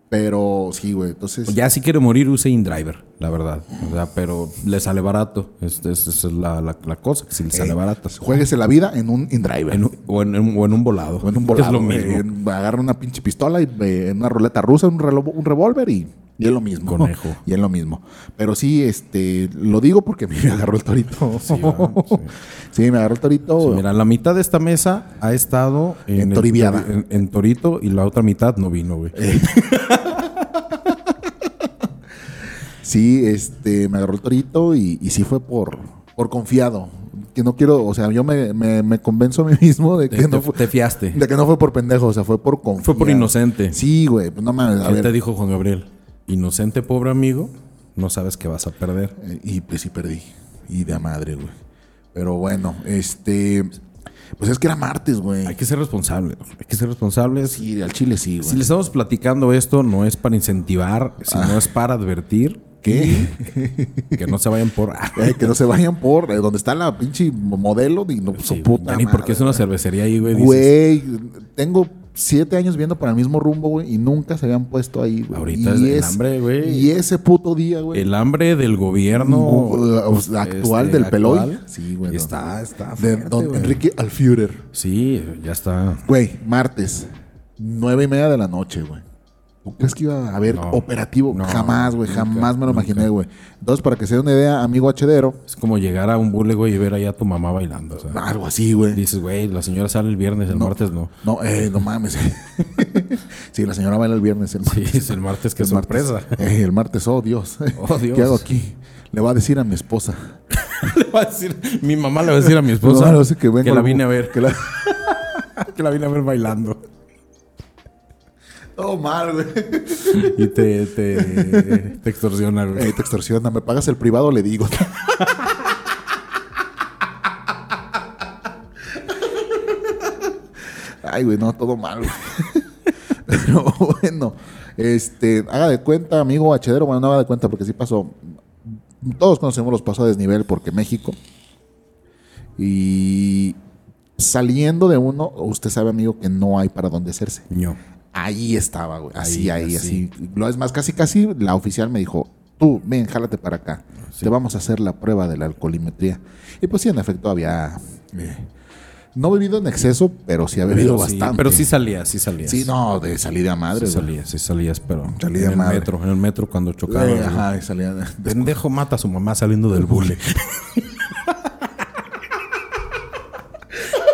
S4: Pero sí, güey. Entonces,
S3: Ya si quiere morir, use InDriver, la verdad. O sea, pero le sale barato. Esa es, esa es la, la- la cosa, que si le sale barato.
S4: jueguese eh, la vida en un indriver.
S3: En un- o, en, un- o en un volado.
S4: O en un volado,
S3: Es lo
S4: güey.
S3: mismo.
S4: En- agarra una pinche pistola y eh, en una ruleta rusa, un, reloj, un revólver y, y es lo mismo.
S3: Conejo.
S4: Y es lo mismo. Pero sí, este, lo digo porque a mí me agarró el torito. Sí,
S3: ¿verdad? Sí.
S4: me agarró el torito.
S3: Sí, mira, la mitad de esta mesa ha estado
S4: En Eh.
S3: el-
S4: Toribiada.
S3: en- en Torito y la otra mitad no vino, güey.
S4: Sí, este, me agarró el torito y, y sí fue por, por confiado. Que no quiero, o sea, yo me, me, me convenzo a mí mismo de que,
S3: Te-
S4: no
S3: te-
S4: fue,
S3: te fiaste.
S4: De que no fue por pendejo, o sea, fue por confiado.
S3: Fue por inocente.
S4: Sí, güey, pues no mames, a
S3: ¿Qué
S4: ver.
S3: te dijo Juan Gabriel? Inocente, pobre amigo, no sabes que vas a perder.
S4: Eh, Y pues sí perdí. Y de a madre, güey. Pero bueno, este. Pues es que era martes, güey.
S3: Hay que ser responsables. Hay que ser responsables.
S4: Sí, al chile sí, güey.
S3: Si le estamos platicando esto, no es para incentivar, sino es para advertir
S4: Ah. ¿Qué?
S3: que no se vayan por. ah,
S4: Eh, que no se vayan por eh, donde está la pinche modelo y no, su puta.
S3: Ya ni porque es
S4: madre,
S3: una cervecería ahí, güey. dices,
S4: Güey, tengo siete años viendo para el mismo rumbo, güey, y nunca se habían puesto ahí, güey.
S3: Ahorita
S4: Y
S3: es el hambre, güey.
S4: Y ese puto día, güey.
S3: El hambre del gobierno
S4: uh, uh, actual
S3: este,
S4: del Peloy.
S3: actual,
S4: Sí, güey.
S3: Está, está.
S4: De
S3: fuerte,
S4: don
S3: güey.
S4: Enrique Alführer.
S3: Sí, ya está.
S4: Güey, martes, nueve y media de la noche, güey. ¿Tú crees que iba a haber
S3: No.
S4: operativo?
S3: No,
S4: jamás, güey,
S3: nunca,
S4: jamás me lo
S3: nunca.
S4: imaginé, güey. Entonces, para que se dé una idea, amigo Hedero,
S3: Es como llegar a un bule, güey, y ver ahí a tu mamá bailando. o sea.
S4: algo así, güey.
S3: Dices, güey, la señora sale el viernes, el martes no.
S4: No, eh, no mames. sí, la señora baila el viernes. El
S3: Sí,
S4: martes.
S3: es el martes que
S4: El martes.
S3: sorpresa.
S4: Eh, el martes, oh Dios.
S3: Oh, Dios.
S4: ¿Qué hago aquí? Le va a decir a mi esposa.
S3: Le va a decir, mi mamá le va a decir a mi esposa
S4: No, no sé, que vengo
S3: la
S4: la-
S3: vine a ver,
S4: que la-
S3: que la vine a ver bailando.
S4: Todo mal, güey.
S3: Y te, te, te extorsiona, güey.
S4: Eh, te extorsiona, me pagas el privado, le digo. Ay, güey, no, todo mal. güey. Pero bueno, este, haga de cuenta, amigo Hachedero, bueno, no haga de cuenta porque sí pasó. Todos conocemos los pasos a desnivel porque México. Y Saliendo de uno, usted sabe, amigo, que no hay para dónde hacerse.
S3: No.
S4: Ahí estaba, güey. Así,
S3: Ahí,
S4: ahí,
S3: así.
S4: así. No es más, casi, casi la oficial me dijo, tú, ven, jálate para acá. Te vamos a hacer la prueba de la alcoholimetría. Y pues sí, en efecto, había... eh, no bebido en exceso, pero sí había bebido
S3: Pero sí,
S4: bastante.
S3: pero sí salías, sí salías.
S4: Sí, no, de salida a madre,
S3: Sí
S4: güey.
S3: salías, sí salías, pero
S4: Salí de
S3: en el
S4: madre.
S3: metro, en el metro cuando chocaron.
S4: Eh,
S3: güey.
S4: ajá, de salida de- de-
S3: Pendejo mata a su mamá saliendo del bule.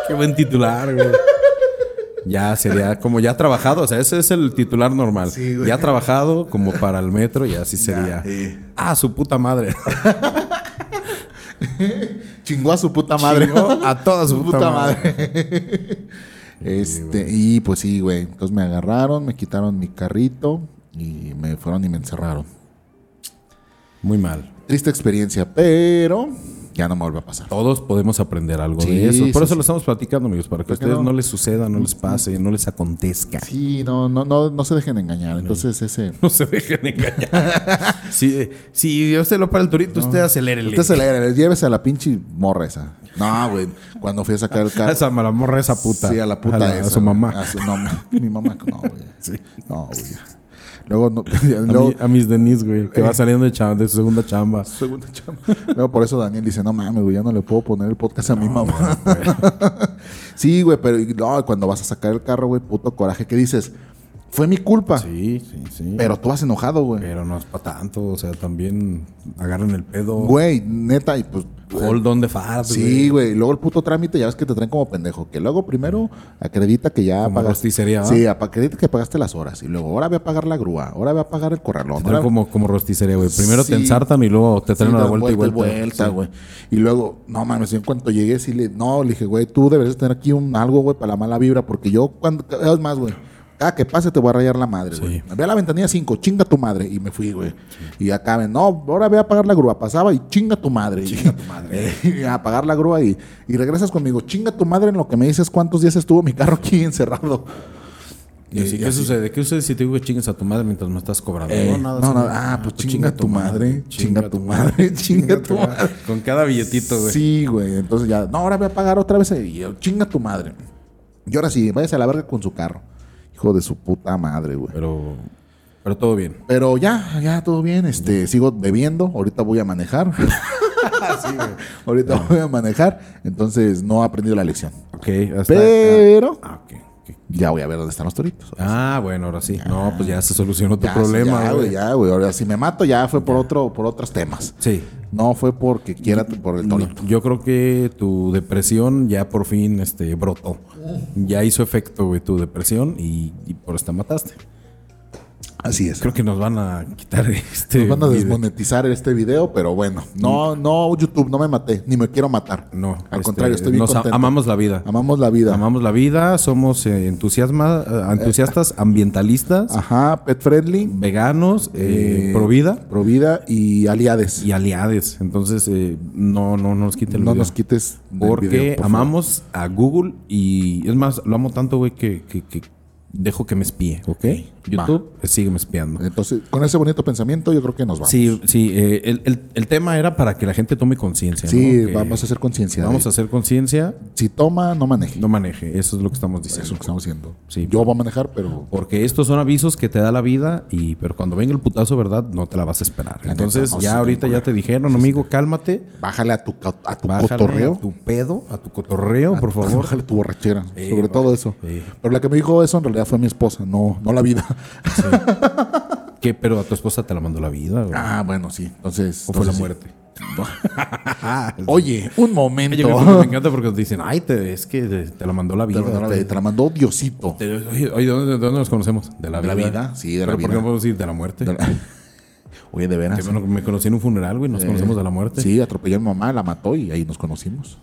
S3: Qué buen titular, güey. Ya sería como ya trabajado, o sea, ese es el titular normal.
S4: Sí, güey.
S3: ya trabajado como para el metro y así sería.
S4: sí.
S3: Ah, su puta madre.
S4: Chingó a su puta madre.
S3: Chingó a toda su puta
S4: madre. este, y pues sí, güey. Entonces me agarraron, me quitaron mi carrito y me fueron y me encerraron.
S3: Muy mal.
S4: Triste experiencia, pero ya no me vuelve a pasar.
S3: Todos podemos aprender algo
S4: Sí,
S3: de eso. Por
S4: sí,
S3: eso
S4: sí.
S3: lo estamos platicando, amigos, para que a
S4: Porque
S3: ustedes no?
S4: no-
S3: les suceda, no les pase, no les acontezca.
S4: Sí, no, no, no, no se dejen engañar. Entonces ese.
S3: No se dejen engañar. si, si Dios te lo para el turito, usted acelérele.
S4: Usted se le llévese a la pinche morra esa. No, güey. Cuando fui a sacar el
S3: A
S4: carro.
S3: esa malamorra, esa puta.
S4: Ah, Sí, a la puta
S3: A, a
S4: esa,
S3: su
S4: güey. Ah,
S3: mamá.
S4: A su- no, mi mamá. No, güey. No, güey. Luego, no, luego- Eh.
S3: a, mi- a mis Denise, güey, que va saliendo de, chamba- de su segunda chamba.
S4: Segunda chamba. Luego por eso Daniel dice, no mames, güey, ya no le puedo poner el podcast a mi mamá. sí, güey, pero y no, cuando vas a sacar el carro, güey, puto coraje, ¿qué dices? Fue mi culpa.
S3: Sí, Eh, sí, sí. Pero,
S4: Pero tú vas enojado, güey.
S3: no es para tanto. O sea, también agarran el pedo.
S4: Güey, neta, y pues...
S3: Hold on the fart,
S4: Sí, güey. Luego el puto trámite, ya ves que te traen como pendejo. Que luego primero acredita que ya
S3: Como rosticería, ¿va?
S4: Sí, apa- acredita que pagaste las horas. Y luego ahora voy a pagar la grúa. Ahora voy a pagar el corralón.
S3: Te
S4: ahora-
S3: traen como, como rosticería, güey. Primero
S4: Sí.
S3: te ensartan y luego te traen
S4: Sí,
S3: a la
S4: das
S3: vuelta, y vuelta. Sí.
S4: güey. Y luego, no mames, en cuanto llegué, sí le, no, le dije, güey, tú deberías tener aquí un algo, güey, para la mala vibra, porque yo, cuando, es más, güey, cada que pase te voy a rayar la madre, güey. Ve a la ventanilla 5, chinga tu madre, y me fui, güey. Y acá, ven, no, ahora voy a pagar la grúa, pasaba y chinga tu madre. Chinga tu madre. eh, y a pagar la grúa y, y regresas conmigo, chinga tu madre en lo que me dices cuántos días estuvo mi carro aquí encerrado.
S3: Y así,
S4: Y
S3: ¿Qué
S4: así.
S3: sucede? ¿Qué sucede si te digo que chingas a tu madre mientras me estás cobrando?
S4: Eh, no,
S3: señor.
S4: nada. Ah, pues chinga tu madre, chinga tu madre, chinga tu madre.
S3: Con cada billetito, güey.
S4: Sí, güey. Entonces ya, no, ahora voy a pagar otra vez. Y yo, chinga tu madre. Y ahora sí, váyase a la verga con su carro. Hijo de su puta madre, güey.
S3: Pero, pero todo bien.
S4: Pero ya, ya, todo bien. Este, sigo bebiendo. Ahorita voy a manejar. Ahorita voy a manejar. Entonces no he aprendido la lección.
S3: Ok, hasta.
S4: Pero
S3: Ah, ok, ok.
S4: ya voy a ver dónde están los toritos.
S3: Ah, bueno, ahora sí. No, pues ya se solucionó tu
S4: Pues Ya,
S3: problema,
S4: ya,
S3: güey.
S4: Ya, güey. Ahora si me mato, ya fue por otro, por otros temas.
S3: Sí.
S4: No fue porque quiera por el torito.
S3: Yo creo que tu depresión ya por fin este, brotó. Ya hizo efecto, güey, tu depresión y, y por esta mataste.
S4: Así es.
S3: Creo que nos van a quitar este.
S4: Nos van a
S3: video.
S4: desmonetizar este video, pero bueno. No, no, YouTube, no me maté, ni me quiero matar.
S3: Mm. No,
S4: Al
S3: este,
S4: contrario, estoy bien
S3: nos a-
S4: contento.
S3: amamos la vida.
S4: Amamos la vida.
S3: Amamos la vida, somos eh, entusiasma, eh, entusiastas ambientalistas,
S4: Ajá, pet friendly,
S3: veganos, eh,
S4: ah. Eh,
S3: pro vida
S4: pro vida y aliades.
S3: y aliades. Entonces, eh, no, no, no nos quiten el
S4: no
S3: video.
S4: nos quites del
S3: Porque
S4: video, por favor.
S3: amamos a Google y es más, lo amo tanto, güey, que, que- que dejo que me espíe, ¿ok? YouTube eh, sígueme espiando.
S4: Entonces, con ese bonito pensamiento, yo creo que nos vamos.
S3: Sí, sí, eh, el, el- el tema era para que la gente tome conciencia.
S4: Sí,
S3: ¿no? Que
S4: vamos a hacer conciencia.
S3: Vamos a
S4: de-
S3: hacer conciencia,
S4: Si toma, no maneje.
S3: no maneje. Eso es lo que estamos
S4: Eso es
S3: diciendo.
S4: lo que estamos haciendo.
S3: Sí.
S4: Yo voy a manejar, pero
S3: Porque estos son avisos que te da la vida, y pero cuando venga el putazo, ¿verdad? No te la vas a esperar.
S4: La neta,
S3: Entonces,
S4: no se
S3: ya
S4: te
S3: ahorita ya
S4: ocurra.
S3: te dijeron, amigo, cálmate.
S4: bájale a tu, ca- a tu
S3: bájale
S4: cotorreo.
S3: A tu pedo, a tu cotorreo, por favor.
S4: Bájale tu borrachera,
S3: Sí,
S4: sobre todo eso.
S3: sí.
S4: Pero la que me dijo eso en realidad fue mi esposa, no, no la vida.
S3: Que, pero a tu esposa te la mandó la vida. güey.
S4: Ah, bueno, sí. Entonces.
S3: o fue la
S4: entonces sí.
S3: muerte.
S4: Oye, un momento.
S3: Oye, me, me encanta porque nos dicen, ay, te- es que te, te la mandó la vida.
S4: te, la mandó,
S3: te-
S4: te la mandó Diosito.
S3: te- oye, oye, ¿de dónde, de dónde nos conocemos? De la vida.
S4: De la vida, sí, de la
S3: Pero ¿Por
S4: vida.
S3: qué no podemos decir de la muerte?
S4: De la- Ah, Oye, de
S3: Que
S4: veras.
S3: bueno, me conocí en un funeral, güey, nos conocemos de la muerte.
S4: Sí, atropelló a mi mamá, la mató y ahí nos conocimos.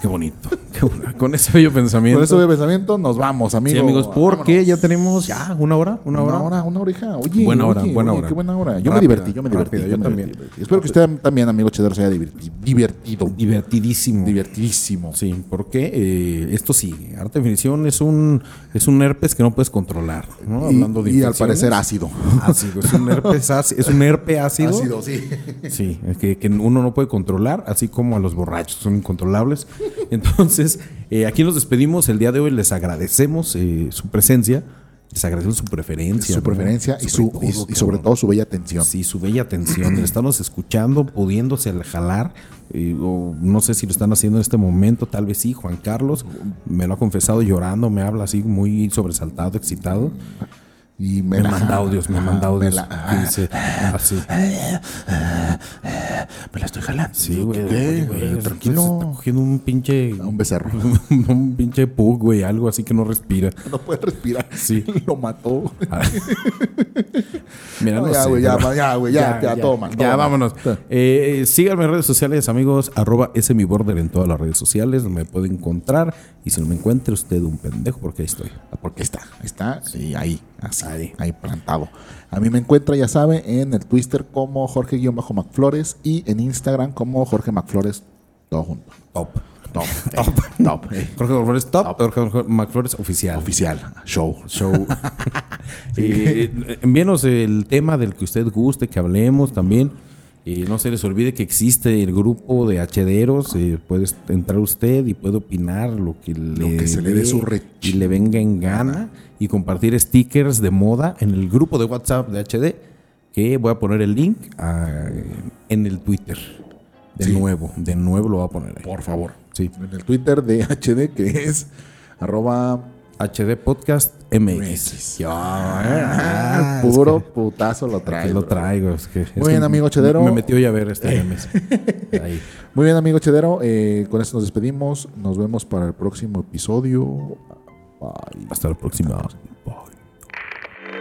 S3: Qué bonito. Qué bueno. Con ese bello pensamiento.
S4: Por eso de pensamiento, nos vamos, amigos.
S3: sí, amigos, porque ya tenemos ya una hora, una,
S4: Una
S3: hora.
S4: hora, una hora, hija. Oye,
S3: Buena hora,
S4: oye,
S3: buena
S4: oye,
S3: hora.
S4: Qué buena hora. Yo
S3: Rápida,
S4: me divertí, yo me divertí.
S3: rápida, yo
S4: me
S3: también.
S4: divertí. Espero que usted también, amigo Cheddar, se haya diverti- divertido.
S3: Divertidísimo.
S4: Divertidísimo.
S3: sí, porque eh, esto sigue. Arte definición es un es un herpes que no puedes controlar, ¿no?
S4: Y,
S3: Hablando de
S4: y al
S3: infecciones.
S4: parecer ácido.
S3: ácido, es un herpes ácido, es un herpe ácido.
S4: sí.
S3: Sí, es que, que uno no puede controlar, así como a los borrachos son incontrolables. Entonces, Eh, aquí nos despedimos el día de hoy. Les agradecemos eh, su presencia. Les agradecemos su preferencia.
S4: Su
S3: ¿no?
S4: preferencia y, su, y- y sobre
S3: cabrón.
S4: todo su bella atención.
S3: Sí, su bella atención. el estarnos escuchando, pudiéndose al jalar. eh, o no sé si lo están haciendo en este momento, tal vez sí. Juan Carlos me lo ha confesado llorando, me habla así muy sobresaltado, excitado.
S4: Y
S3: Me,
S4: la-
S3: manda audios, me manda
S4: Ah, me
S3: audios.
S4: la-
S3: que dice, así.
S4: Me la estoy jalando.
S3: Sí, güey.
S4: ¿Qué?
S3: oye, güey,
S4: Eh,
S3: entonces Está
S4: tranquilo. Ah,
S3: cogiendo un pinche.
S4: Un becerro.
S3: un pinche pug, güey. Algo así que no respira.
S4: No puede respirar.
S3: Sí.
S4: Lo mató.
S3: Mira,
S4: No,
S3: no
S4: ya,
S3: sé,
S4: güey, ya,
S3: pero-
S4: ya, güey, ya, ya, todo mal, todo
S3: ya,
S4: mal.
S3: vámonos. Eh, eh, síganme en redes sociales, amigos. Arroba ese mi border en todas las redes sociales. Me puede encontrar. Y si no me encuentra usted un pendejo, porque ahí estoy.
S4: Ah, Porque está, está sí, ahí, así, ahí. plantado. A mí me encuentra, ya sabe, en el Twitter como Jorge-McFlores y en Instagram como Jorge McFlores, todo junto.
S3: Top.
S4: Top, top, top. eh.
S3: Jorge Macflores top.
S4: Top.
S3: Jorge Macflores oficial.
S4: Oficial, show.
S3: show. Eh, envíenos el tema del que usted guste, que hablemos también. Y no se les olvide que existe el grupo de hachederos. eh, puede entrar usted y puede opinar lo que, le,
S4: que se le dé su re-
S3: y le venga en gana. Y compartir stickers de moda en el grupo de WhatsApp de HD. Que voy a poner el link ah, en el Twitter. De
S4: Sí.
S3: nuevo, de nuevo lo voy a poner ahí.
S4: Por favor.
S3: Sí.
S4: En el Twitter de HD que es arroba
S3: HD Podcast MX.
S4: MX.
S3: Ya,
S4: Ah,
S3: ah, es
S4: puro
S3: que-
S4: putazo lo
S3: Que
S4: trae.
S3: lo
S4: bro.
S3: traigo. es que- es
S4: Muy bien,
S3: que
S4: amigo Chedero.
S3: Me metió ya a ver este mes. Ahí.
S4: Muy bien, amigo Chedero. eh, con esto nos despedimos. Nos vemos para el próximo episodio. Bye.
S3: Hasta la próxima. Bye.